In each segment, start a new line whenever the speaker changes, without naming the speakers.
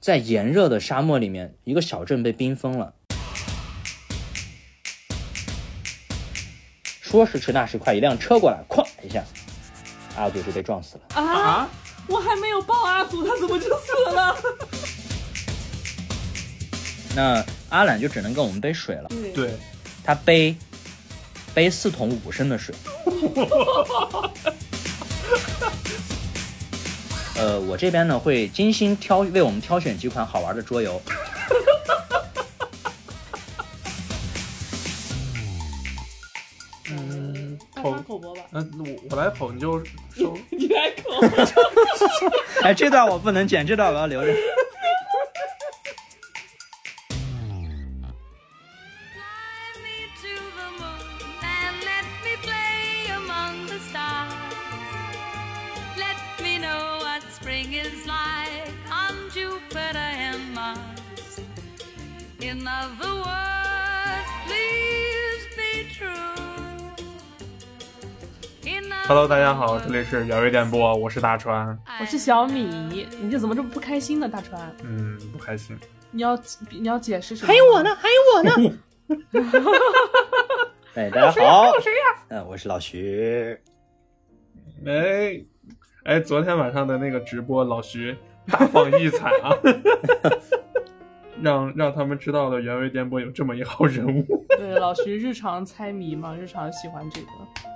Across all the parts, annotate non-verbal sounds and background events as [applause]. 在炎热的沙漠里面，一个小镇被冰封了。说时迟，那时快，一辆车过来，哐一下，阿祖就被撞死了。
啊！我还没有抱阿祖，他怎么就死了？
那阿懒就只能跟我们背水了，
[laughs] 对，
对，
他背背四桶五升的水。呃，我这边呢会精心挑为我们挑选几款好玩的桌游。
嗯，
大
口
发，口播吧。
嗯，我我来口，你就收。
[laughs] 你来口，
哎，这段我不能剪，这段我要留着。
Fly me to the moon and let me play among the stars. Let me know what spring is like on Jupiter and Mars. In other words, please be true. In other
Hello，大家好，
words,
这里是摇乐电波，我是大川。
I
[laughs] 我是小米，你这怎么这么不开心呢？大川，
嗯，不开心。
你要你要解释什么？
还有我呢，还有我呢。哎，大家好，
还有谁呀？
嗯，我是老徐。
哎，哎，昨天晚上的那个直播，老徐大放异彩啊， [laughs] 让让他们知道了原味电波有这么一号人物。
对，老徐日常猜谜嘛，日常喜欢这个。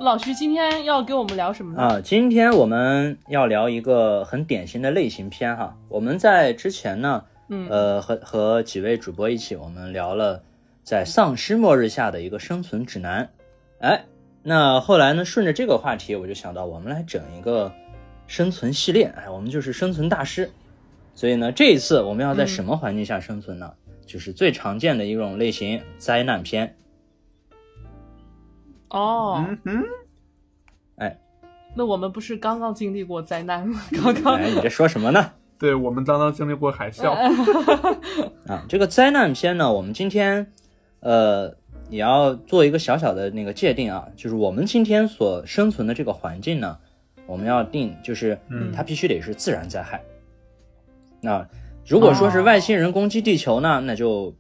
老徐今天要给我们聊什么呢？
啊，今天我们要聊一个很典型的类型片哈。我们在之前呢，
嗯
呃，和和几位主播一起，我们聊了在丧尸末日下的一个生存指南。哎，那后来呢，顺着这个话题，我就想到我们来整一个生存系列。哎，我们就是生存大师。所以呢，这一次我们要在什么环境下生存呢？就是最常见的一种类型——灾难片。
哦，
嗯哼，
那我们不是刚刚经历过灾难 [laughs] 吗？刚刚
哎，你这说什么呢？
对我们刚刚经历过海
呃
啸，
啊，这个灾难片呢，我们今天，呃，也要做一个小小的那个界定啊，就是我们今天所生存的这个环境呢，我们要定就是
嗯
它必须得是自然灾害。那如果说是外星人攻击地球呢，那就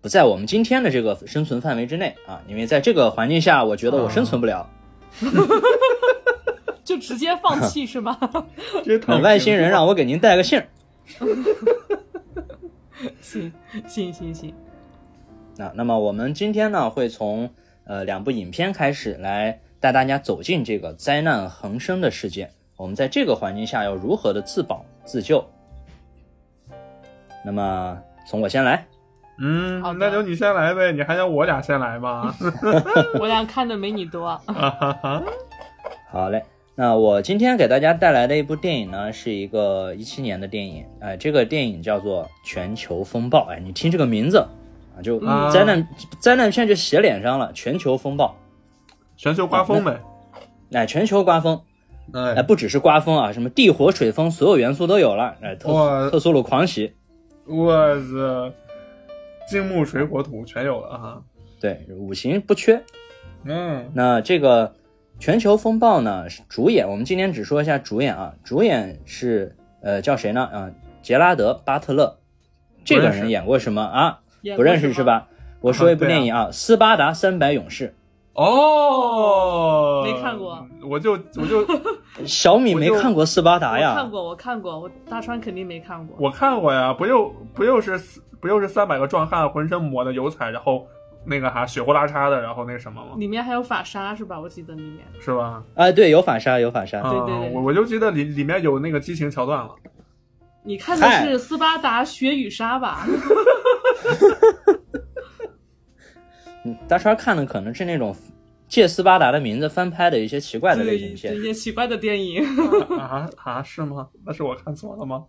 不在我们今天的这个生存范围之内啊，因为在这个环境下，我觉得我生存不了。
就直接放弃是吗？
这躺
等外星人让我给您带个信儿。
[laughs] 行行行行，
啊那那么我们今天呢，会从呃两部影片开始来带大家走进这个灾难横生的世界。我们在这个环境下要如何的自保自救？那么从我先来，
嗯
好的，
那就你先来呗，你还想我俩先来吗？
我俩看的没你多。
好嘞。那我今天给大家带来的一部电影呢，是一个一七年的电影，哎、这个电影叫做《全球风暴》，哎，你听这个名字啊，就
嗯
灾难、灾难片就写脸上了，全球风暴，
全球刮风呗。
哎，全球刮风，哎，
哎，
不只是刮风啊，什么地火水风，所有元素都有了。哎，特
哇
特苏鲁狂喜，
我操，金木水火土全有了啊哈。
对，五行不缺。
嗯，
那这个全球风暴呢，是主演我们今天只说一下主演啊，主演是呃叫谁呢？啊，杰拉德巴特勒，这个
不认
人
识
演过什么啊？
也
不认识是？吧？我说一部
啊对啊
电影啊，斯巴达三百勇士》，
哦，
没看过，
我就我就 [laughs]
小米没
我就
看过斯巴
我
达呀？
看过，我看过，我大川肯定没看过。
我看过呀，不又不又是四不又是三百个壮汉浑身抹的油彩，然后那个啥血呼啦叉的，然后那什么吗？
里面还有法沙是吧？我记得里面
是吧？
啊，对，有反杀，有反杀。
啊，
对对对
我我就记得里里面有那个激情桥段了。 [laughs]
你看的
嗨
是斯巴达雪与沙吧？
嗯大川看的可能是那种借斯巴达的名字翻拍的一些奇怪的类型
[laughs] 对，
片
这。些奇怪的电影。
啊啊，是吗？那是我看错了吗？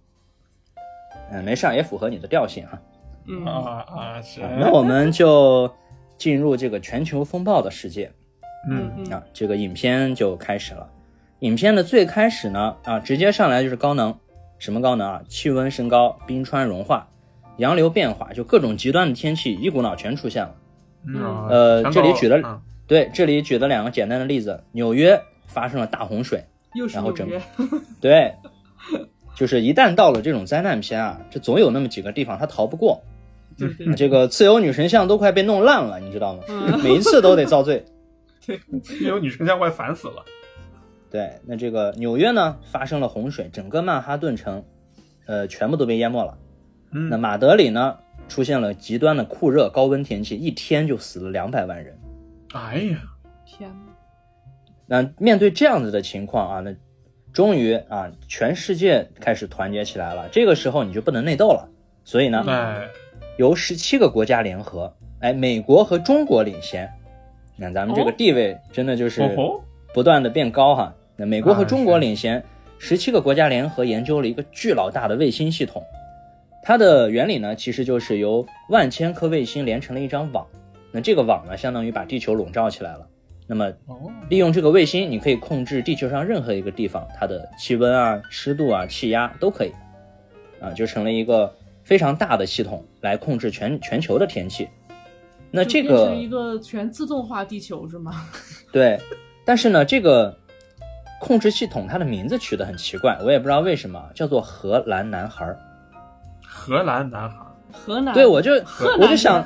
嗯，没事儿，也符合你的调性啊。
嗯，
啊啊，是。
啊那我们就进入这个全球风暴的世界
嗯，
嗯
啊，这个影片就开始了。影片的最开始呢，啊，直接上来就是高能，什么高能啊？气温升高、冰川融化、洋流变化，就各种极端的天气一股脑全出现了。
啊
呃
全
这里
都
举了
啊
对，这里举了两个简单的例子，纽约发生了大洪水，
又是
然后
纽
整
约，
对，就是一旦到了这种灾难片啊，这总有那么几个地方他逃不过。
对对
嗯
对，
这个自由女神像都快被弄烂了，你知道吗？[laughs]
嗯
每一次都得遭罪。
自由女神像快烦死了。
对，那这个纽约呢发生了洪水，整个曼哈顿城，呃，全部都被淹没了。
嗯
那马德里呢出现了极端的酷热高温天气，一天就死了两百万人。
哎呀，
天哪，
那面对这样子的情况啊，那终于啊，全世界开始团结起来了。这个时候你就不能内斗了，所以呢，
哎，
由十七个国家联合，哎，美国和中国领先。你看咱们这个
哦
地位真的就是
哦吼，
不断的变高哈。那美国和
啊
中国
是
领先，十七个国家联合研究了一个巨老大的卫星系统，它的原理呢，其实就是由万千颗卫星连成了一张网。那这个网呢，相当于把地球笼罩起来了。那么
哦，
利用这个卫星，你可以控制地球上任何一个地方它的气温啊、湿度啊、气压都可以，啊，就成了一个非常大的系统来控制全全球的天气。那
就
这
变
个
成一个全自动化地球是吗？ [laughs]
对，但是呢，这个控制系统它的名字取得很奇怪，我也不知道为什么，叫做荷兰男孩儿。
荷兰男孩， [laughs]
河南
对，我就
兰
我就想，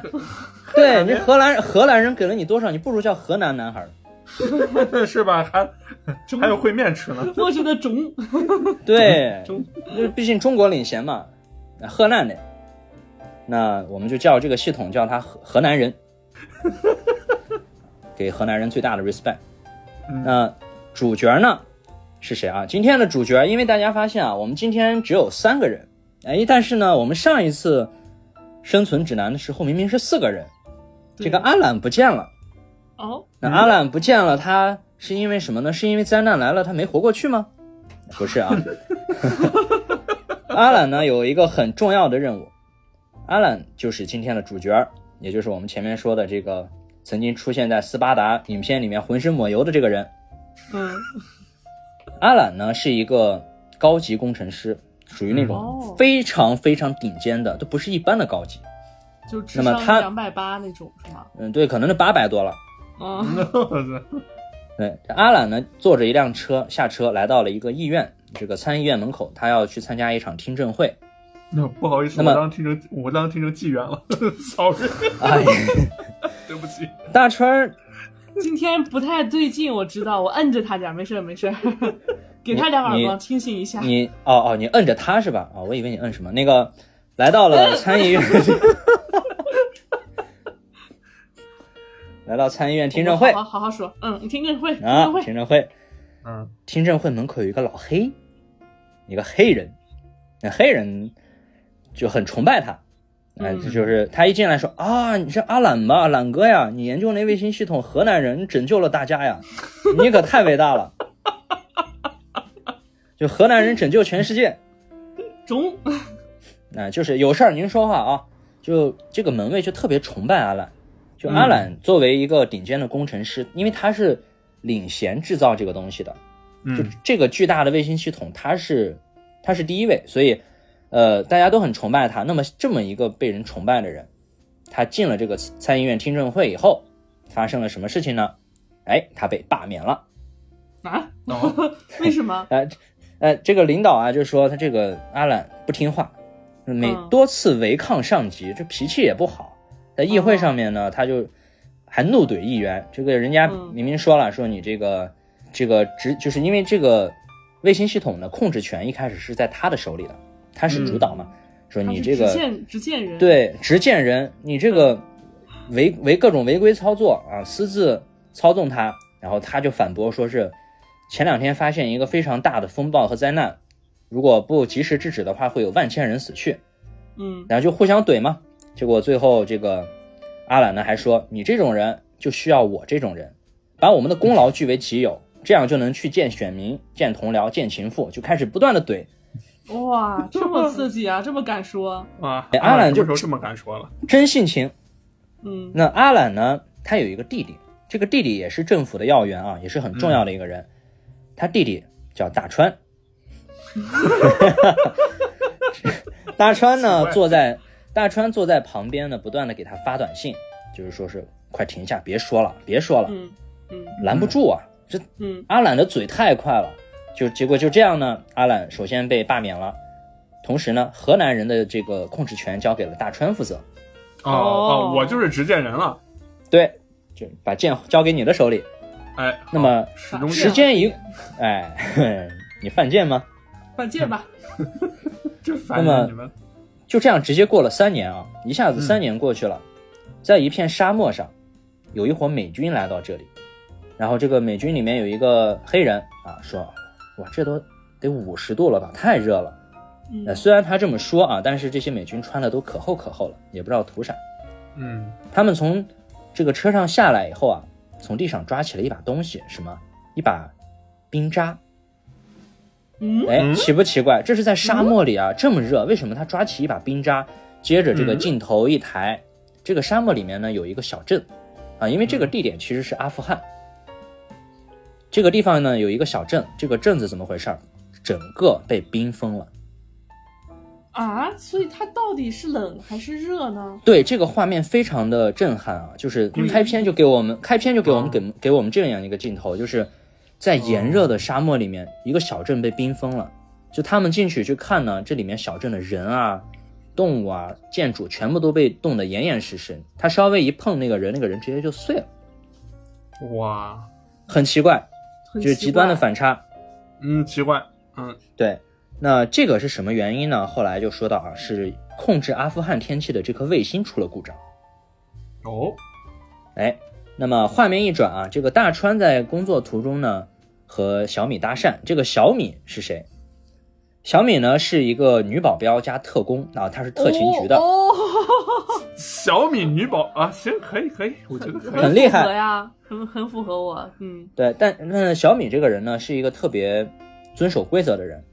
对
兰
你荷兰荷兰人给了你多少，你不如叫河南男孩儿。
是吧？还
[laughs]
还有烩面吃呢。
我觉得中
对，
中
就是毕竟中国领先嘛，那荷兰的，那我们就叫这个系统叫它河河南
[laughs]
人，给河南人最大的 respect。
嗯
那主角呢是谁啊？今天的主角，因为大家发现啊，我们今天只有三个人，哎，但是呢，我们上一次生存指南的时候明明是四个人，[laughs]
对
这个阿懒不见了。
哦，
那阿懒不见了，他是因为什么呢？是因为灾难来了，他没活过去吗？不是啊， [laughs] 阿懒呢有一个很重要的任务，阿懒就是今天的主角，也就是我们前面说的这个曾经出现在斯巴达影片里面浑身抹油的这个人。
嗯
阿懒呢是一个高级工程师，属于那
哦
种非常非常顶尖的，都不是一般的高级。
就智
那
商
么他
两百八那种是吗？嗯
嗯，对，可能是八百多了。
哦 [laughs]
对，这嗯阿懒呢，坐着一辆车下车，来到了一个议院，这个参议院门口，他要去参加一场听证会。
那 [laughs] 不好意思，
那
我
么
当听成我当听成纪元了 [laughs] ，sorry，
[laughs]
哎，
对不起。
大川儿，
今天不太对劲，我知道，我摁着他点儿，没事儿
[laughs]
没事儿，给他两耳
你
光清醒一下。
你哦哦，你摁着他是吧？啊、我以为你摁什么。那个，来到了参
[laughs]
议院，来到参议院听证会
好好好好说，嗯，听证会，听证
啊，
会，
听证会，
嗯，
听证会门口有一个老黑，一个黑人，那黑人就很崇拜他。哎，
嗯
这就是他一进来说啊，你是阿懒吧，懒哥呀，你研究那卫星系统，河南人，你拯救了大家呀，你可太伟大了，就河南人拯救全世界，
中， [laughs]
哎，就是有事儿您说话啊，就这个门卫就特别崇拜阿懒，就阿懒作为一个顶尖的工程师，因为他是领衔制造这个东西的，就
嗯，
这个巨大的卫星系统，它是它是第一位，所以呃大家都很崇拜他。那么这么一个被人崇拜的人，他进了这个参议院听证会以后，发生了什么事情呢？哎，他被罢免了。
啊？
哦
[laughs] 为什么？
呃呃，这个领导啊就说他这个阿兰不听话，每
嗯
多次违抗上级，这脾气也不好。在议会上面呢，他就还怒怼议员，这个人家
嗯
明明说了，说你这个这个职就是因为这个卫星系统的控制权一开始是在他的手里的，他是主导嘛，说
嗯
[laughs]
他
你
是
这个
直线直线人，，
对，执剑人，你这个违违各种违规操作啊，私自操纵他，然后他就反驳说是前两天发现一个非常大的风暴和灾难，如果不及时制止的话，会有万千人死去，
嗯，
然后就互相怼嘛。结果最后这个阿懒呢还说，你这种人就需要我这种人，把我们的功劳据为己有，这样就能去见选民、见同僚、见情妇，就开始不断的怼。
哇，这么刺激
[laughs]
啊，这么敢说，
啊，
哎阿兰
什
就
么时候这么敢说了？
真性情，
嗯
那阿懒呢，他有一个弟弟，这个弟弟也是政府的要员啊，也是很重要的一个
嗯
人。他弟弟叫大
[laughs]
川，大川
奇
呢
怪
坐在大川坐在旁边呢，不断的给他发短信，就是说是快停下，别说了，别说了，
嗯嗯
拦不住啊！这
嗯，
阿懒的嘴太快了，就结果就这样呢，阿懒首先被罢免了，同时呢，河南人的这个控制权交给了大川负责。
哦
哦哦，我就是执剑人了。
对，就把剑交给你的手里。
哎，
那么
始终
时间一，哎， [laughs] 你犯贱吗？
管见吧。
真
那
烦
么
人你们。
就这样直接过了三年啊，一下子三年过去了，在一片沙漠上，有一伙美军来到这里，然后这个美军里面有一个黑人啊，说哇，这都得五十度了吧，太热了。
嗯
呃，虽然他这么说啊，但是这些美军穿的都可厚可厚了，也不知道图啥。
嗯，
他们从这个车上下来以后啊，从地上抓起了一把东西，什么一把冰渣。
嗯，
哎，
嗯
奇不奇怪？这是在沙漠里啊，这么热，为什么他抓起一把冰渣？接着这个
嗯
镜头一抬，这个沙漠里面呢有一个小镇，啊，因为这个地点其实是阿富汗。这个地方呢有一个小镇，这个镇子怎么回事儿？整个被冰封了。
啊，所以它到底是冷还是热呢？
对，这个画面非常的震撼啊！就是
嗯
开篇就给我们，开篇就给我们给给我们这样一个镜头，就是在炎热的
哦
沙漠里面，一个小镇被冰封了。就他们进去去看呢，这里面小镇的人啊、动物啊、建筑全部都被冻得严严实实。他稍微一碰那个人，那个人直接就碎了，
哇，
很奇怪，
很
就是
奇
极端的
怪
反差。
嗯，奇怪，嗯，
对，那这个是什么原因呢？后来就说到啊，是控制阿富汗天气的这颗卫星出了故障。
哦，
哎，那么画面一转啊，这个大川在工作途中呢，和小米搭讪。这个小米是谁？小米呢是一个女保镖加特工啊，她是特勤局的，
哦，哦
小米女宝啊，行，可以可以，我觉得可以。
很厉害
符合呀，很很符合我，嗯
对。但那小米这个人呢，是一个特别遵守规则的人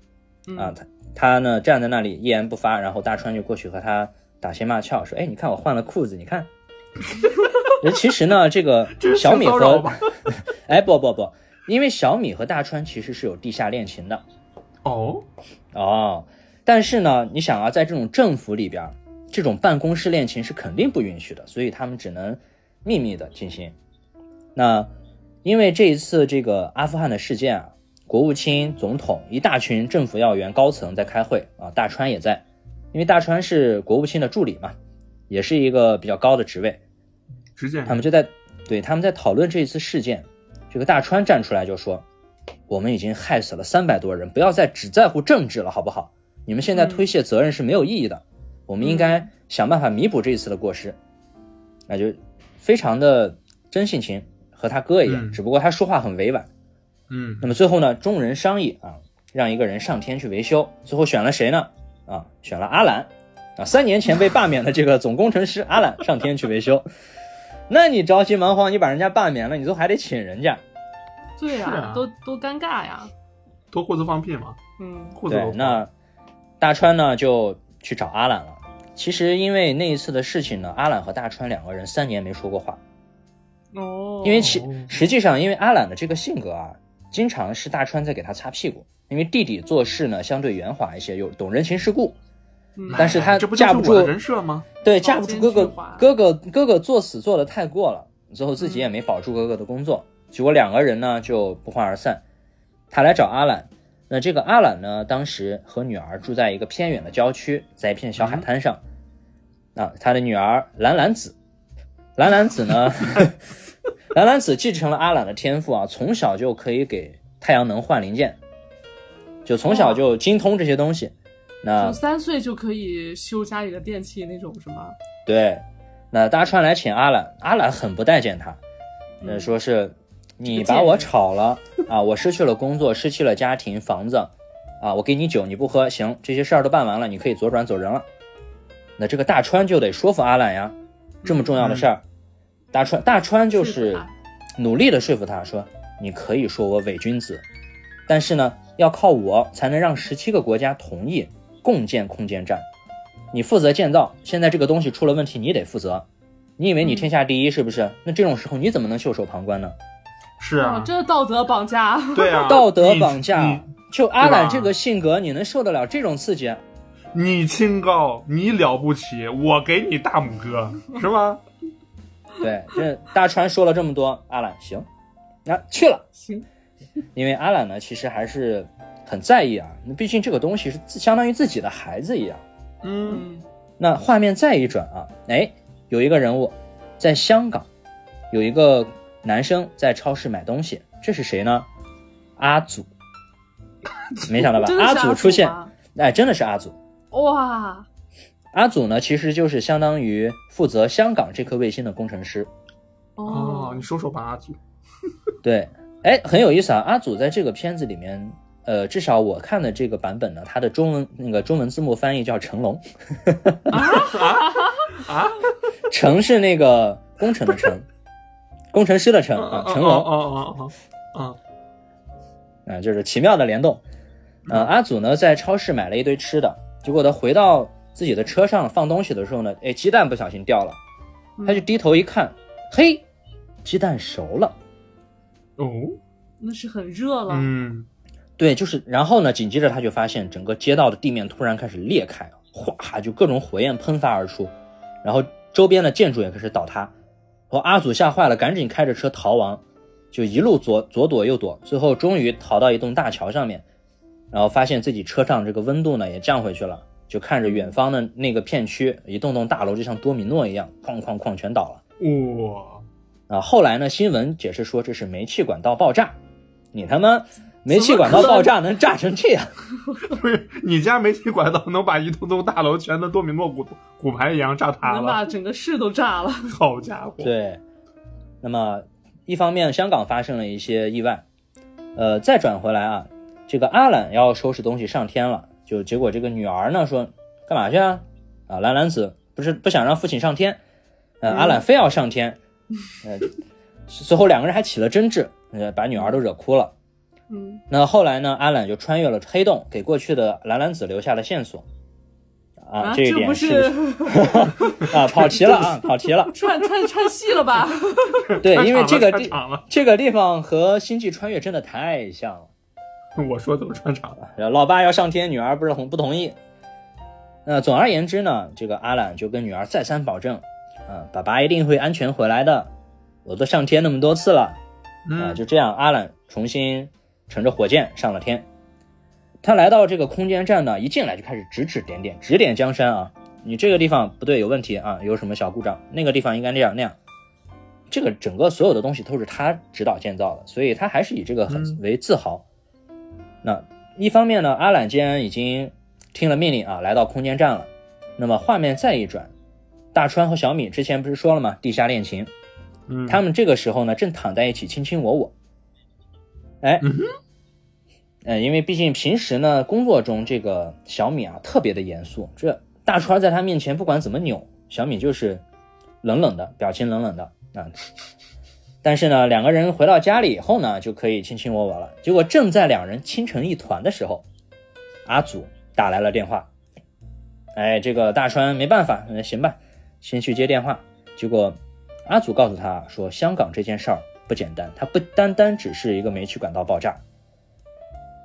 嗯
啊，他他呢站在那里一言不发，然后大川就过去和他打情骂俏，说：“哎，你看我换了裤子，你
[laughs]
看。”哎其实呢，这个
这是
小
性
米
骚扰
和
吧？
[laughs] 哎不不不，因为小米和大川其实是有地下恋情的，
哦，
哦，但是呢，你想啊，在这种政府里边儿，这种办公室恋情是肯定不允许的，所以他们只能秘密的进行。那因为这一次这个阿富汗的事件啊，国务卿、总统一大群政府要员高层在开会啊，大川也在，因为大川是国务卿的助理嘛，也是一个比较高的职位，
执剑
他
人
们就在对他们在讨论这一次事件。这个大川站出来就说：“我们已经害死了三百多人，不要再只在乎政治了，好不好？你们现在推卸责任是没有意义的，我们应该想办法弥补这一次的过失。”那就非常的真性情，和他哥一样，
嗯
只不过他说话很委婉。
嗯，
那么最后呢，众人商议啊，让一个人上天去维修，最后选了谁呢？啊，选了阿兰啊，三年前被罢免的这个总工程师阿兰上天去维修。那你着急忙慌，你把人家罢免了，你都还得请人家。
对
是
呀
啊，
多多尴尬呀，
脱裤子放屁嘛，
嗯
裤子
对
都，
那大川呢就去找阿兰了。其实因为那一次的事情呢，阿兰和大川两个人三年没说过话，
哦，
因为其
哦
实际上因为阿兰的这个性格啊，经常是大川在给他擦屁股，因为弟弟做事呢相对圆滑一些，有懂人情世故。
嗯
但是他
哎这不就
架
是
不
我
住
的人设吗？
对，架不住哥哥
间去滑，
哥哥哥哥作死做的太过了，最后自己也没保住哥哥的工作，结果两个人呢就不欢而散。他来找阿兰，那这个阿兰呢，当时和女儿住在一个偏远的郊区，在一片小海滩上。啊，他的女儿兰兰子，兰兰子
[laughs]
呢，兰兰子继承了阿兰的天赋啊，从小就可以给太阳能换零件，就从小就精通这些东西。那
就三岁就可以修家里的电器那种是吗？
对，那大川来请阿兰，阿兰很不待见他，呃，
嗯
说是你
贱
把我
人
炒了啊，我失去了工作，失去了家庭、房子，啊，我给你酒你不喝，行，这些事儿都办完了，你可以左转走人了。那这个大川就得说服阿兰呀，
嗯
这么重要的事儿，大川大川就
说
是
服他
努力的说服他说，你可以说我伪君子，但是呢，要靠我才能让十七个国家同意共建空间站。你负责建造，现在这个东西出了问题，你得负责。你以为你天下第一是不
嗯
是？那这种时候你怎么能袖手旁观呢？
是
哦
啊，，
这道德
[laughs]
绑架，
对啊，
道德绑
你
架，就阿
对
懒
吧
这个性格，你能受得了这种刺激？
你清高，你了不起，我给你大拇哥，是吗？
对，这大川说了这么多，阿懒行，那、去了。
行，
因为阿懒呢其实还是很在意啊，那毕竟这个东西是自相当于自己的孩子一样。
嗯，
嗯
那画面再一转啊，哎，有一个人物在香港，有一个男生在超市买东西，这是谁呢？阿祖，
[laughs]
没想到吧
真？的是
阿
祖
祖出现，
吗
哎，真的是阿祖。
哇，
阿祖呢，其实就是相当于负责香港这颗卫星的工程师。
哦，
哦
你，说说吧，阿祖，
对，哎，很有意思啊。阿祖在这个片子里面，呃，至少我看的这个版本呢，他的中文那个中文字幕翻译叫成龙，
啊，
成是那个工程的 [laughs] 成，工程师的成
嗯
啊，成龙。
哦哦哦哦，
啊，就是奇妙的联动。呃，阿祖呢在超市买了一堆吃的，结果他回到自己的车上放东西的时候呢，哎，鸡蛋不小心掉了，他就低头一看，嘿，鸡蛋熟了。
哦，
那是很热了，
嗯，
对，就是，然后呢，紧接着他就发现整个街道的地面突然开始裂开，哗，就各种火焰喷发而出，然后周边的建筑也开始倒塌，然后阿祖吓坏了，赶紧开着车逃亡，就一路左左躲右躲，最后终于逃到一栋大桥上面，然后发现自己车上这个温度呢也降回去了，就看着远方的那个片区，一栋栋大楼就像多米诺一样，哐哐哐全倒了。
哇，
啊，后来呢，新闻解释说这是煤气管道爆炸，你他妈煤气管道爆炸能炸成这样？
不是你家煤气管道能把一栋栋大楼全都多米诺骨骨牌一样炸塌
能
了，
把整个市都炸了。
好家伙，
对，那么一方面香港发生了一些意外，呃，再转回来啊，这个阿懒要收拾东西上天了，就结果这个女儿呢说干嘛去啊？啊，蓝蓝子不是不想让父亲上天，呃，阿懒非要上天，呃，随后两个人还起了争执，呃，把女儿都惹哭了。
嗯，
那后来呢，阿懒就穿越了黑洞，给过去的蓝蓝子留下了线索。啊，这一
这
点
不
是不是 [laughs] 啊？跑题了啊，跑题了。
[laughs] 串串串戏了吧？
[laughs]
对，因为这个
穿
地
场了，
这个地方和《星际穿越》真的太像了。
我说怎么穿场了？
然后老爸要上天，女儿不是同不同意。那总而言之呢，这个阿懒就跟女儿再三保证，啊、爸爸一定会安全回来的。我都上天那么多次了，啊，
嗯，
就这样，阿懒重新乘着火箭上了天。他来到这个空间站呢，一进来就开始指指点点，指点江山啊！你这个地方不对，有问题啊，有什么小故障？那个地方应该那样那样。这个整个所有的东西都是他指导建造的，所以他还是以这个很
嗯
为自豪。那一方面呢，阿懒既然已经听了命令啊，来到空间站了，那么画面再一转，大川和小米之前不是说了吗？地下恋情，
嗯
他们这个时候呢，正躺在一起卿卿我我。哎
嗯，
呃，因为毕竟平时呢，工作中这个小米啊特别的严肃，这大川在他面前不管怎么扭，小米就是冷冷的，表情冷冷的啊。但是呢，两个人回到家里以后呢，就可以卿卿我我了。结果正在两人亲成一团的时候，阿祖打来了电话。哎，这个大川没办法，嗯，行吧，先去接电话。结果阿祖告诉他说，香港这件事儿不简单，它不单单只是一个煤气管道爆炸。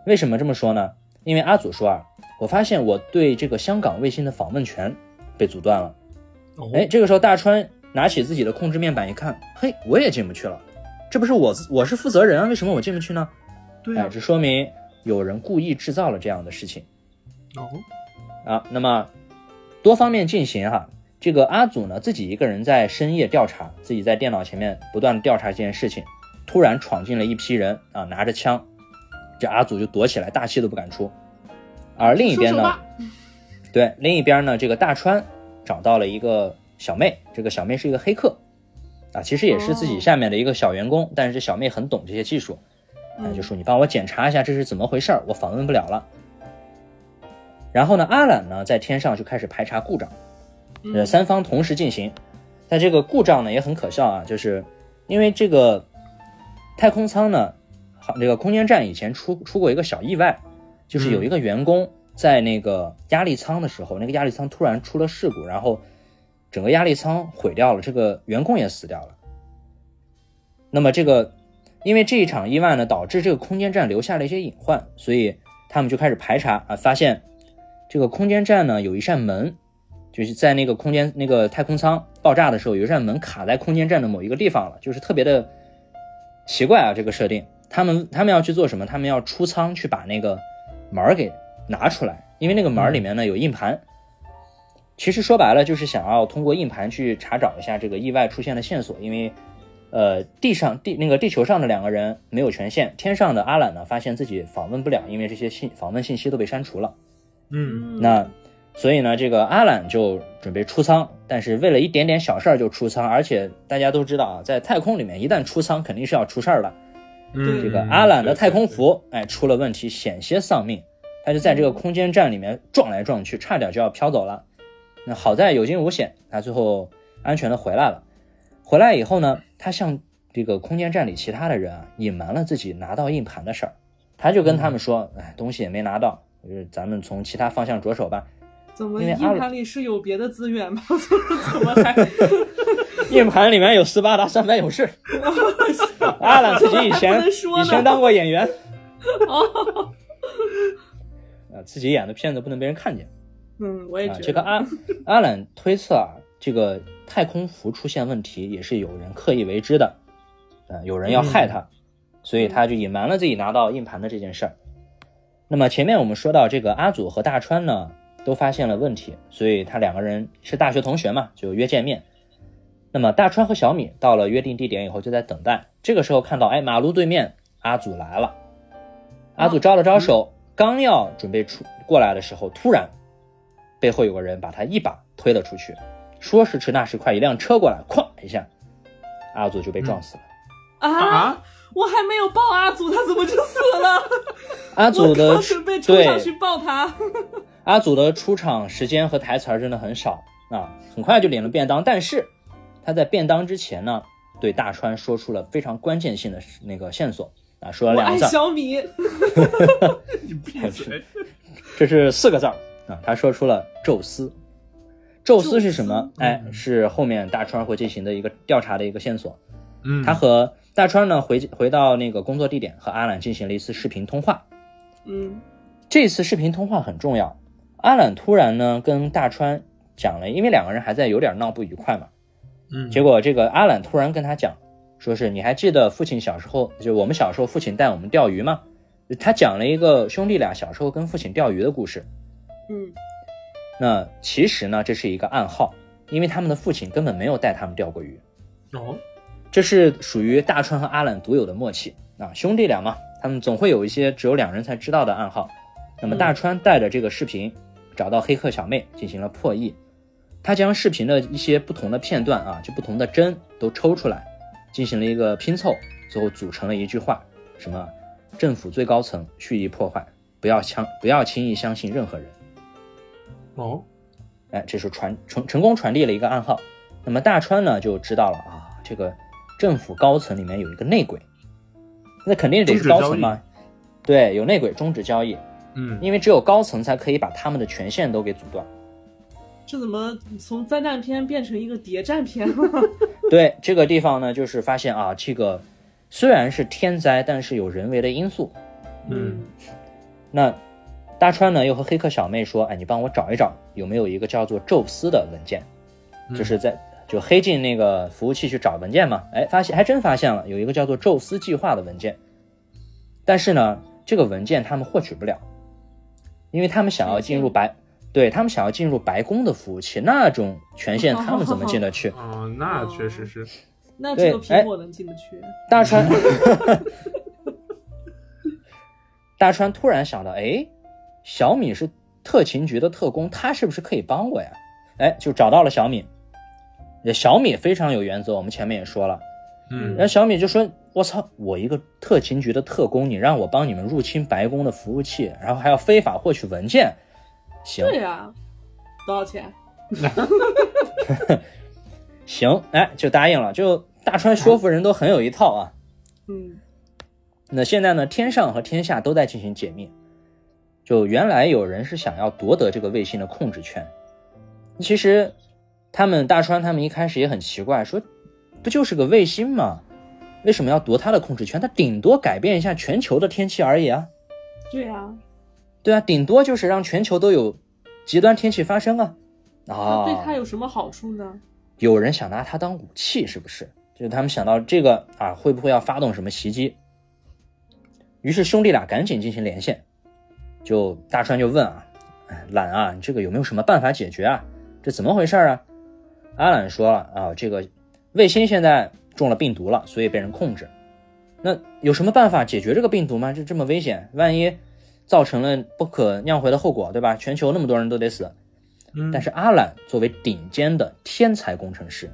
为什么这么说呢？因为阿祖说啊，我发现我对这个香港卫星的访问权被阻断了。
哦
哎，这个时候大川拿起自己的控制面板一看，嘿，我也进不去了。这不是我，我是负责人啊，为什么我进不去呢？
对
哎，
呀，
这说明有人故意制造了这样的事情。
哦，
啊，那么多方面进行哈。这个阿祖呢，自己一个人在深夜调查，自己在电脑前面不断地调查这件事情，突然闯进了一批人啊，拿着枪，这阿祖就躲起来，大气都不敢出。而另一边
说说
呢，
吧，
[laughs] 对，另一边呢，这个大川找到了一个小妹，这个小妹是一个黑客，啊，其实也是自己
哦
下面的一个小员工，但是这小妹很懂这些技术， [laughs] 哎，
嗯
就说你帮我检查一下这是怎么回事儿，我访问不了了。然后呢，阿懒呢在天上就开始排查故障，呃，
嗯
三方同时进行。但这个故障呢也很可笑啊，就是因为这个太空舱呢，好这个空间站以前出出过一个小意外，就是有一个员工在那个压力舱的时候，那个压力舱突然出了事故，然后整个压力舱毁掉了，这个员工也死掉了。那么这个，因为这一场意外呢，导致这个空间站留下了一些隐患，所以他们就开始排查啊，发现这个空间站呢有一扇门，就是在那个空间那个太空舱爆炸的时候，有一扇门卡在空间站的某一个地方了，就是特别的奇怪啊这个设定。他们他们要去做什么？他们要出仓去把那个门儿给拿出来，因为那个门儿里面呢有硬盘。其实说白了，就是想要通过硬盘去查找一下这个意外出现的线索，因为，呃，地上地那个地球上的两个人没有权限，天上的阿懒呢发现自己访问不了，因为这些信访问信息都被删除了。
嗯，
嗯，
那所以呢，这个阿懒就准备出舱，但是为了一点点小事儿就出舱，而且大家都知道啊，在太空里面一旦出舱肯定是要出事儿的。
嗯
这个阿懒的太空
对对
服哎出了问题，险些丧命，他就在
嗯
这个空间站里面撞来撞去，差点就要飘走了。那好在有惊无险，他最后安全的回来了。回来以后呢，他向这个空间站里其他的人啊隐瞒了自己拿到硬盘的事儿，他就跟
嗯
他们说，哎，东西也没拿到，就是咱们从其他方向着手吧。
怎么
因为
硬
阿鲁
盘里是有别的资源吗？ [laughs] 怎么怎么
[laughs]
还
硬盘里面有斯巴达三百勇
[laughs]
士，阿懒自己以前
还不能说呢
以前当过演员，
哦，
[laughs] 啊，自己演的片子不能被人看见。
嗯，我也
啊
觉，得
这个阿阿懒推测啊，这个太空服出现问题也是有人刻意为之的，呃，有人要害他，所以他就隐瞒了自己拿到硬盘的这件事儿。那么前面我们说到，这个阿祖和大川呢都发现了问题，所以他两个人是大学同学嘛，就约见面。那么大川和小米到了约定地点以后，就在等待。这个时候看到，哎，马路对面阿祖来了，阿祖招了招手，嗯刚要准备出过来的时候，突然背后有个人把他一把推了出去。说时迟，那时快，一辆车过来，哐一下，阿祖就被撞死了。
啊，
啊，
我还没有抱阿祖，他怎么就死了？
[laughs] 阿祖
我
的
刚准备冲
对
上去抱他。
阿祖的出场时间和台词儿真的很少啊，很快就领了便当。但是他在便当之前呢，对大川说出了非常关键性的那个线索啊，说了
我
两
爱
个字儿，
小米，
你闭嘴，
这是四个字儿啊，他说出了宙斯。宙斯是什么
宙？嗯
哎，是后面大川会进行的一个调查的一个线索。
嗯，
他和大川呢回回到那个工作地点，和阿兰进行了一次视频通话。
嗯，
这次视频通话很重要。阿兰突然呢跟大川讲了，因为两个人还在有点闹不愉快嘛。
嗯
结果这个阿兰突然跟他讲，说是你还记得父亲小时候，就我们小时候父亲带我们钓鱼吗？他讲了一个兄弟俩小时候跟父亲钓鱼的故事。
嗯，
那其实呢，这是一个暗号，因为他们的父亲根本没有带他们钓过鱼，
哦，
这是属于大川和阿懒独有的默契啊，兄弟俩嘛，他们总会有一些只有两人才知道的暗号。那么大川带着这个视频，找到黑客小妹进行了破译，他将视频的一些不同的片段啊，就不同的帧都抽出来，进行了一个拼凑，最后组成了一句话，什么政府最高层蓄意破坏，不要相不要轻易相信任何人。
哦，
哎，这是传成成功传递了一个暗号。那么大川呢就知道了啊，这个政府高层里面有一个内鬼，那肯定得是高层嘛。对，有内鬼终止交易，
嗯，
因为只有高层才可以把他们的权限都给阻断。
这怎么从灾难片变成一个谍战
[laughs]
片了？
对，这个地方呢，就是发现啊，这个虽然是天灾，但是有人为的因素。
嗯，
那大川呢又和黑客小妹说，哎，你帮我找一找有没有一个叫做宙斯的文件。就是在就黑进那个服务器去找文件嘛，哎，发现还真发现了有一个叫做宙斯计划的文件，但是呢，这个文件他们获取不了，因为他们想要进入白，对他们想要进入白宫的服务器，那种权限他们怎么进得去？
啊，那确实是，
那只有
对哎
苹果能进得去。
大川，大川突然想到，哎，小米是特勤局的特工，他是不是可以帮我呀？哎，就找到了小米。小米非常有原则，我们前面也说了，
嗯
然后小米就说：“我操，我一个特勤局的特工，你让我帮你们入侵白宫的服务器，然后还要非法获取文件，行
对呀，多少钱？
行，哎，就答应了。就大川说服人都很有一套啊。
嗯，
那现在呢，天上和天下都在进行解密。就原来有人是想要夺得这个卫星的控制权，其实他们大川他们一开始也很奇怪，说不就是个卫星吗？为什么要夺它的控制权？它顶多改变一下全球的天气而已啊。”
对呀，
对啊，顶多就是让全球都有极端天气发生啊。啊，
那对他有什么好处呢？
有人想拿它当武器，是不是？就是他们想到这个啊，会不会要发动什么袭击？于是兄弟俩赶紧进行连线，就大川就问啊，哎懒啊，你这个有没有什么办法解决啊？这怎么回事儿啊？阿懒说了啊，这个卫星现在中了病毒了，所以被人控制。那有什么办法解决这个病毒吗？这这么危险，万一造成了不可酿回的后果，对吧？全球那么多人都得死。
嗯，
但是阿懒作为顶尖的天才工程师，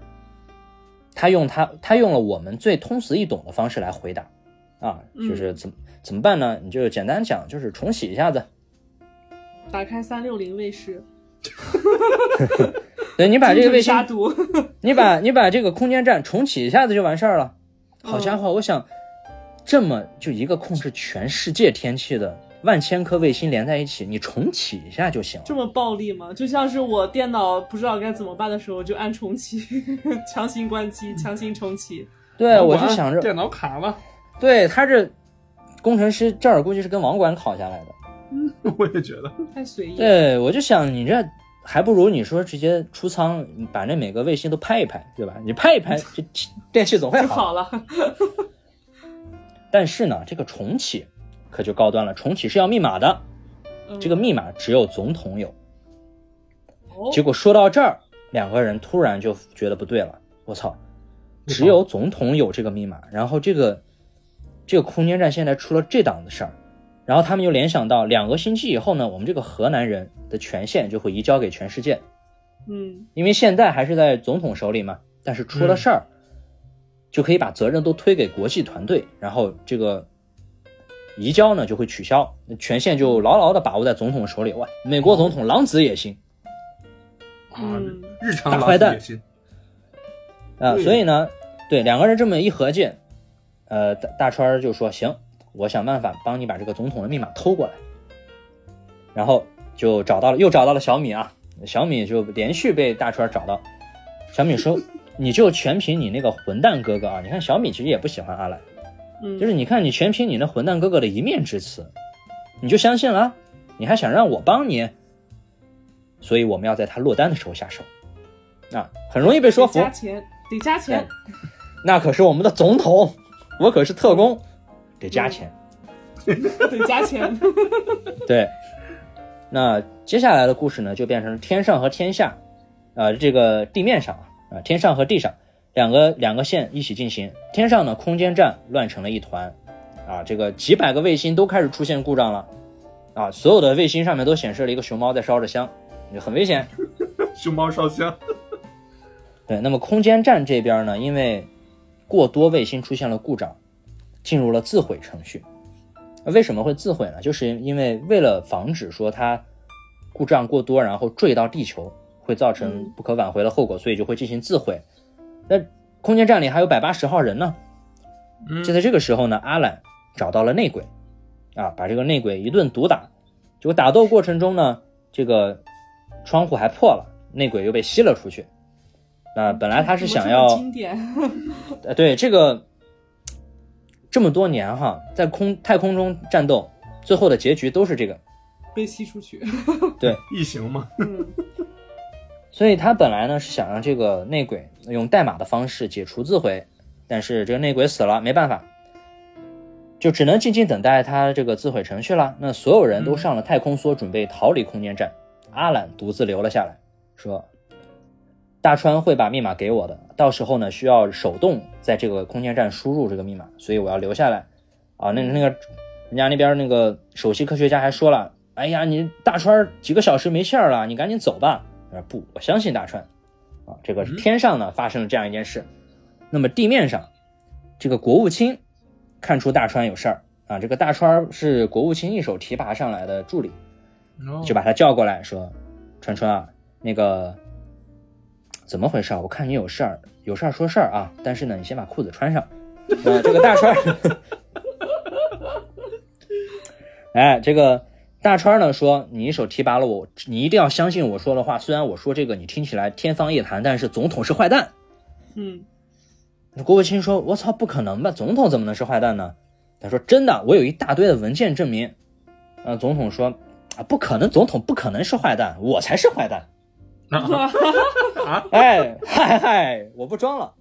他用他他用了我们最通俗易懂的方式来回答，啊，
嗯
就是怎么怎么办呢？你就简单讲，就是重启一下子。
打开三六零卫视，
对你把这个卫
精准
星，
杀毒， [laughs]
你把你把这个空间站重启一下子就完事儿了。好家伙，我想这么就一个控制全世界天气的万千颗卫星连在一起，你重启一下就行了。
这么暴力吗？就像是我电脑不知道该怎么办的时候，就按重启， [laughs] 强行关机，强行重启。
对，我
管
就想着，
嗯电脑卡了， [laughs]
对他这工程师这儿估计是跟网管考下来的。
我也觉得，
太随意了，
对，我就想你这还不如你说直接出舱，把那每个卫星都拍一拍，对吧？你拍一拍，这这电器总会
就
好。
好了。
但是呢，这个重启可就高端了，重启是要密码的，
嗯
这个密码只有总统有。
哦
结果说到这儿，两个人突然就觉得不对了，我操，只有总统有这个密码，然后这个这个空间站现在出了这档子事儿，然后他们就联想到两个星期以后呢，我们这个河南人的权限就会移交给全世界，
嗯，
因为现在还是在总统手里嘛，但是出了事儿，就可以把责任都推给国际团队，然后这个移交呢就会取消，权限就牢牢的把握在总统手里。哇，美国总统狼子野心
啊
嗯，
日常
大
老
坏
子
蛋
野心，
啊、
对
所以呢，对两个人这么一合计，呃，大大川儿就说行，我想办法帮你把这个总统的密码偷过来，然后就找到了，又找到了小米啊，小米就连续被大川儿找到，小米说你就全凭你那个混蛋哥哥啊，你看小米其实也不喜欢阿兰，
嗯，
就是你看你全凭你那混蛋哥哥的一面之词，你就相信了，啊你还想让我帮你，所以我们要在他落单的时候下手，啊，很容易被说
得
服。
加钱，得加钱。
那可是我们的总统， [laughs] 我可是特工，得加钱。
得加钱。
对，那接下来的故事呢，就变成了天上和天下，啊、这个地面上啊、啊天上和地上两个两个线一起进行。天上呢，空间站乱成了一团，啊，这个几百个卫星都开始出现故障了，啊，所有的卫星上面都显示了一个熊猫在烧着香，很危险。
熊猫烧香，
对，那么空间站这边呢，因为过多卫星出现了故障，进入了自毁程序。那为什么会自毁呢？就是因为为了防止说它故障过多，然后坠到地球，会造成
嗯
不可挽回的后果，所以就会进行自毁。那空间站里还有百八十号人呢。
嗯
就在这个时候呢，阿懒找到了内鬼，啊，把这个内鬼一顿毒打。结果打斗过程中呢，这个窗户还破了，内鬼又被吸了出去。那本 [laughs] 来他
嗯
是想要
怎么这么经典，
呃，对这个这么多年哈，在空太空中战斗，最后的结局都是这个。
被吸出去。
异形嘛，
嗯
所以他本来呢是想让这个内鬼用代码的方式解除自毁，但是这个内鬼死了，没办法，就只能静静等待他这个自毁程序了。那所有人都上了太空梭，准备逃离空间站，阿懒独自留了下来，说：“大川会把密码给我的，到时候呢需要手动在这个空间站输入这个密码，所以我要留下来。”啊，那那个人家那边那个首席科学家还说了：“哎呀，你大川几个小时没信儿了，你赶紧走吧。”呃，不，我相信大川。啊，这个
嗯
天上呢发生了这样一件事，那么地面上，这个国务卿看出大川有事儿啊，这个大川是国务卿一手提拔上来的助理，
哦
就把他叫过来说：“川川啊，那个怎么回事啊？我看你有事儿，有事儿说事儿啊。但是呢，你先把裤子穿上。呃，这个大川， [laughs] 哎，这个大川呢说，你一手提拔了我，你一定要相信我说的话。虽然我说这个你听起来天方夜谭，但是总统是坏蛋。 [laughs]
嗯，
国务卿说：“我操，不可能吧？总统怎么能是坏蛋呢？”他说：“真的，我有一大堆的文件证明。”呃，总统说：“啊，不可能，总统不可能是坏蛋，我才是坏蛋。
啊
哎，嗨嗨，我不装了。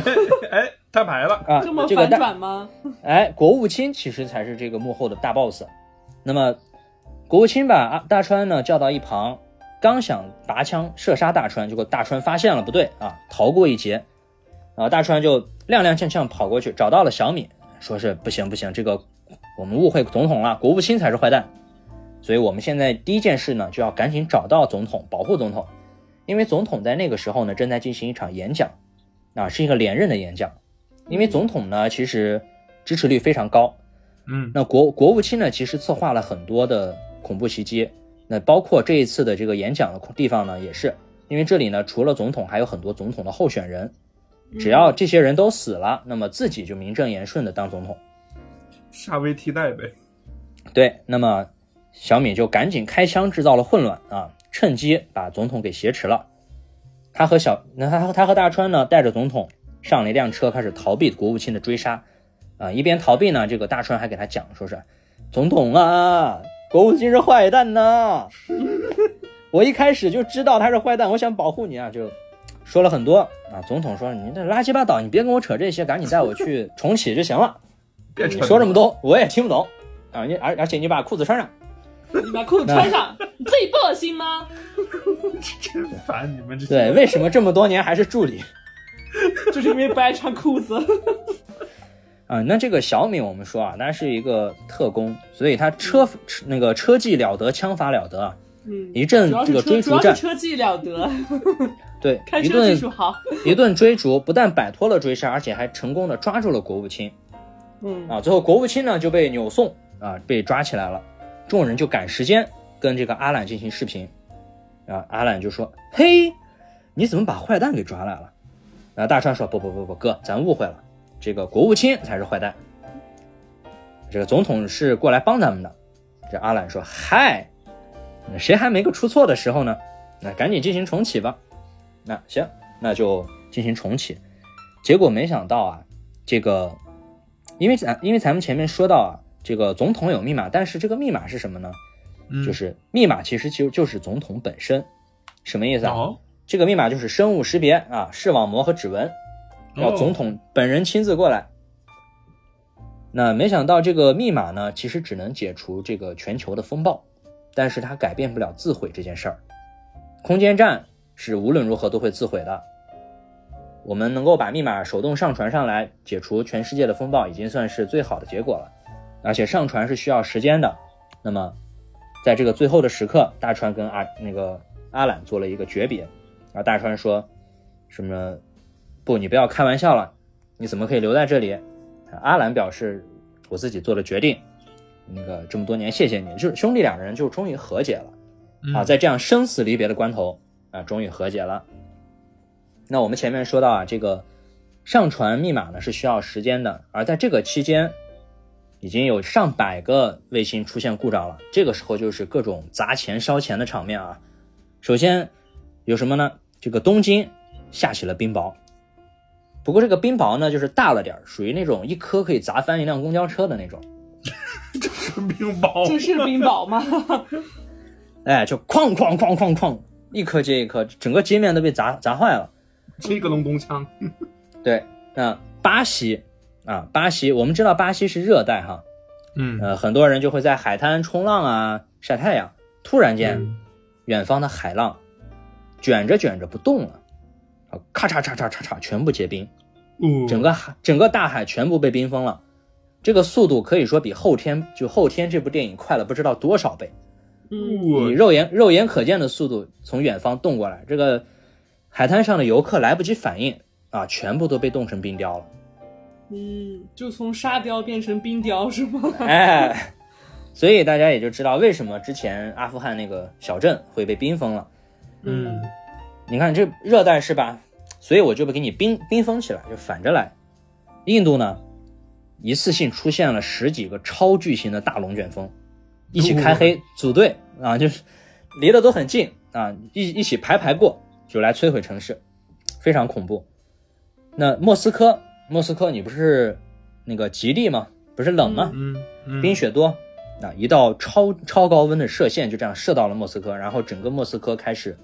哎，摊牌了。
啊
这么，
这个
反
大
转吗？
哎，国务卿其实才是这个幕后的大 boss。那么国务卿把啊大川呢叫到一旁，刚想拔枪射杀大川，结果大川发现了不对啊，逃过一劫。啊，大川就踉踉跄跄跑过去，找到了小米，说是不行不行，这个我们误会总统啊了，国务卿才是坏蛋。所以我们现在第一件事呢，就要赶紧找到总统，保护总统，因为总统在那个时候呢，正在进行一场演讲，啊，是一个连任的演讲。因为总统呢，其实支持率非常高。
嗯
那国国务卿呢，其实策划了很多的恐怖袭击，那包括这一次的这个演讲的地方呢，也是因为这里呢，除了总统，还有很多总统的候选人，只要这些人都死了，那么自己就名正言顺的当总统。
夏威替代呗。
对，那么小敏就赶紧开枪制造了混乱啊，趁机把总统给挟持了。他和小那他他和大川呢，带着总统上了一辆车，开始逃避国务卿的追杀。啊，一边逃避呢，这个大川还给他讲，说是总统啊，国务卿是坏蛋呐、 [laughs] 我一开始就知道他是坏蛋，我想保护你啊，就说了很多啊。总统说你这垃圾八道，你别跟我扯这些，赶紧带我去重启就行了。
别扯
你说这么多，我也听不懂啊！你而而且你把裤子穿上，
你把裤子穿上，你自己不恶心吗？ [laughs]
真烦你们这些
对，为什么这么多年还是助理
就是因为不爱穿裤子。 [laughs]
啊？那这个小敏，我们说啊，他是一个特工，所以他车那个车技了得，枪法了得啊！
嗯，
一阵
主要
这
是
个追
车，主
逐
要
战
是，车技了得，
对，
开
一
车技
顿
术好。
一顿追逐，不但摆脱了追杀，而且还成功的抓住了国务卿
嗯，
啊！最后国务卿呢就被扭送啊，被抓起来了。众人就赶时间跟这个阿懒进行视频，啊，阿懒就说：“嘿，你怎么把坏蛋给抓来了？”然后大川说：“不不不不，哥，咱误会了，这个国务卿才是坏蛋，这个总统是过来帮咱们的。”这阿懒说：“嗨，那谁还没个出错的时候呢？那赶紧进行重启吧。那行，那就进行重启。结果没想到啊，这个因为咱因为咱们前面说到啊，这个总统有密码，但是这个密码是什么呢？
嗯
就是密码其实就就是总统本身，什么意思啊？
哦
这个密码就是生物识别啊，视网膜和指纹，要
哦
总统本人亲自过来。那没想到这个密码呢，其实只能解除这个全球的风暴，但是它改变不了自毁这件事儿。空间站是无论如何都会自毁的。我们能够把密码手动上传上来，解除全世界的风暴，已经算是最好的结果了。而且上传是需要时间的。那么，在这个最后的时刻，大川跟阿那个阿懒做了一个诀别。然后大川说：“什么？不，你不要开玩笑了，你怎么可以留在这里？”阿兰表示：“我自己做了决定，那个这么多年谢谢你。”就是兄弟两人就终于和解了、
嗯
啊，在这样生死离别的关头啊，终于和解了。那我们前面说到啊，这个上传密码呢是需要时间的，而在这个期间，已经有上百个卫星出现故障了。这个时候就是各种砸钱烧钱的场面啊。首先有什么呢？这个东京下起了冰雹，不过这个冰雹呢就是大了点儿，属于那种一颗可以砸翻一辆公交车的那种。
冰
这
雹
是冰雹吗？
哎，就哐哐哐哐哐，一颗接一颗，整个街面都被砸砸坏了。
这个龙宫枪，
对，那巴西啊，巴西，我们知道巴西是热带哈，
嗯
呃，很多人就会在海滩冲浪啊，晒太阳。突然间，
嗯
远方的海浪卷着卷着不动了，啊，咔嚓嚓嚓嚓嚓，全部结冰，
哦
整个海整个大海全部被冰封了。这个速度可以说比后天就后天这部电影快了不知道多少倍，
嗯，
以
哦
肉眼肉眼可见的速度从远方冻过来，这个海滩上的游客来不及反应啊，全部都被冻成冰雕了。
[laughs] 嗯，就从沙雕变成冰雕是 [laughs] 吗？
哎，所以大家也就知道为什么之前阿富汗那个小镇会被冰封了。
嗯，
你看这热带是吧？所以我就不给你冰冰封起来，就反着来。印度呢，一次性出现了十几个超巨型的大龙卷风，一起开黑组队啊，就是离得都很近啊，一一起排排过，就来摧毁城市，非常恐怖。那莫斯科，莫斯科你不是那个极地吗？不是冷吗？
嗯嗯
冰雪多啊，一道超超高温的射线就这样射到了莫斯科，然后整个莫斯科开始